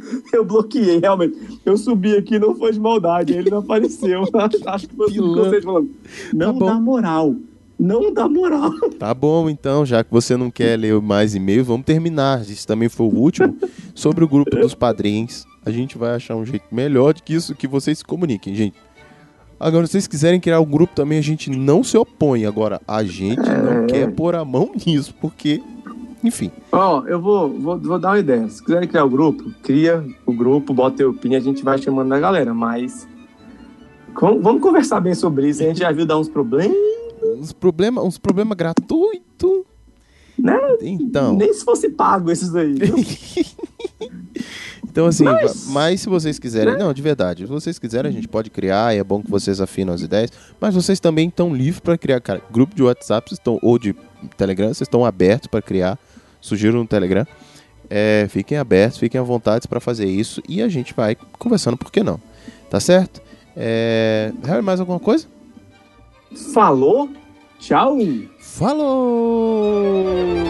eu bloqueei, realmente. Eu subi aqui, não foi de maldade. Ele não apareceu. Acho que foi o que Tá vocês falando. Não dá moral. Não dá moral. Tá bom, então, já que você não quer ler mais e-mail, vamos terminar. Esse também foi o último. Sobre o grupo dos padrinhos, a gente vai achar um jeito melhor de que isso que vocês se comuniquem, gente. Agora, se vocês quiserem criar um grupo também, a gente não se opõe. Agora, a gente É. não quer pôr a mão nisso, porque, enfim. Ó, eu vou, vou, vou dar uma ideia. Se quiserem criar o grupo, cria o grupo, bota teu pin, a gente vai chamando a galera, mas. com- vamos conversar bem sobre isso, a gente já viu dar uns problemas. Uns problemas uns problema gratuitos. Né? Então. Nem se fosse pago esses aí. viu? Então, assim, va- Mas- mas, se vocês quiserem, não, de verdade, se vocês quiserem, a gente pode criar, e é bom que vocês afinam as ideias, mas vocês também estão livres para criar, cara. Grupo de WhatsApp vocês estão, ou de Telegram, vocês estão abertos para criar. Sugiro no Telegram. É, fiquem abertos, fiquem à vontade para fazer isso e a gente vai conversando, por que não? Tá certo? É, Harry, mais alguma coisa? Falou, tchau! Falou!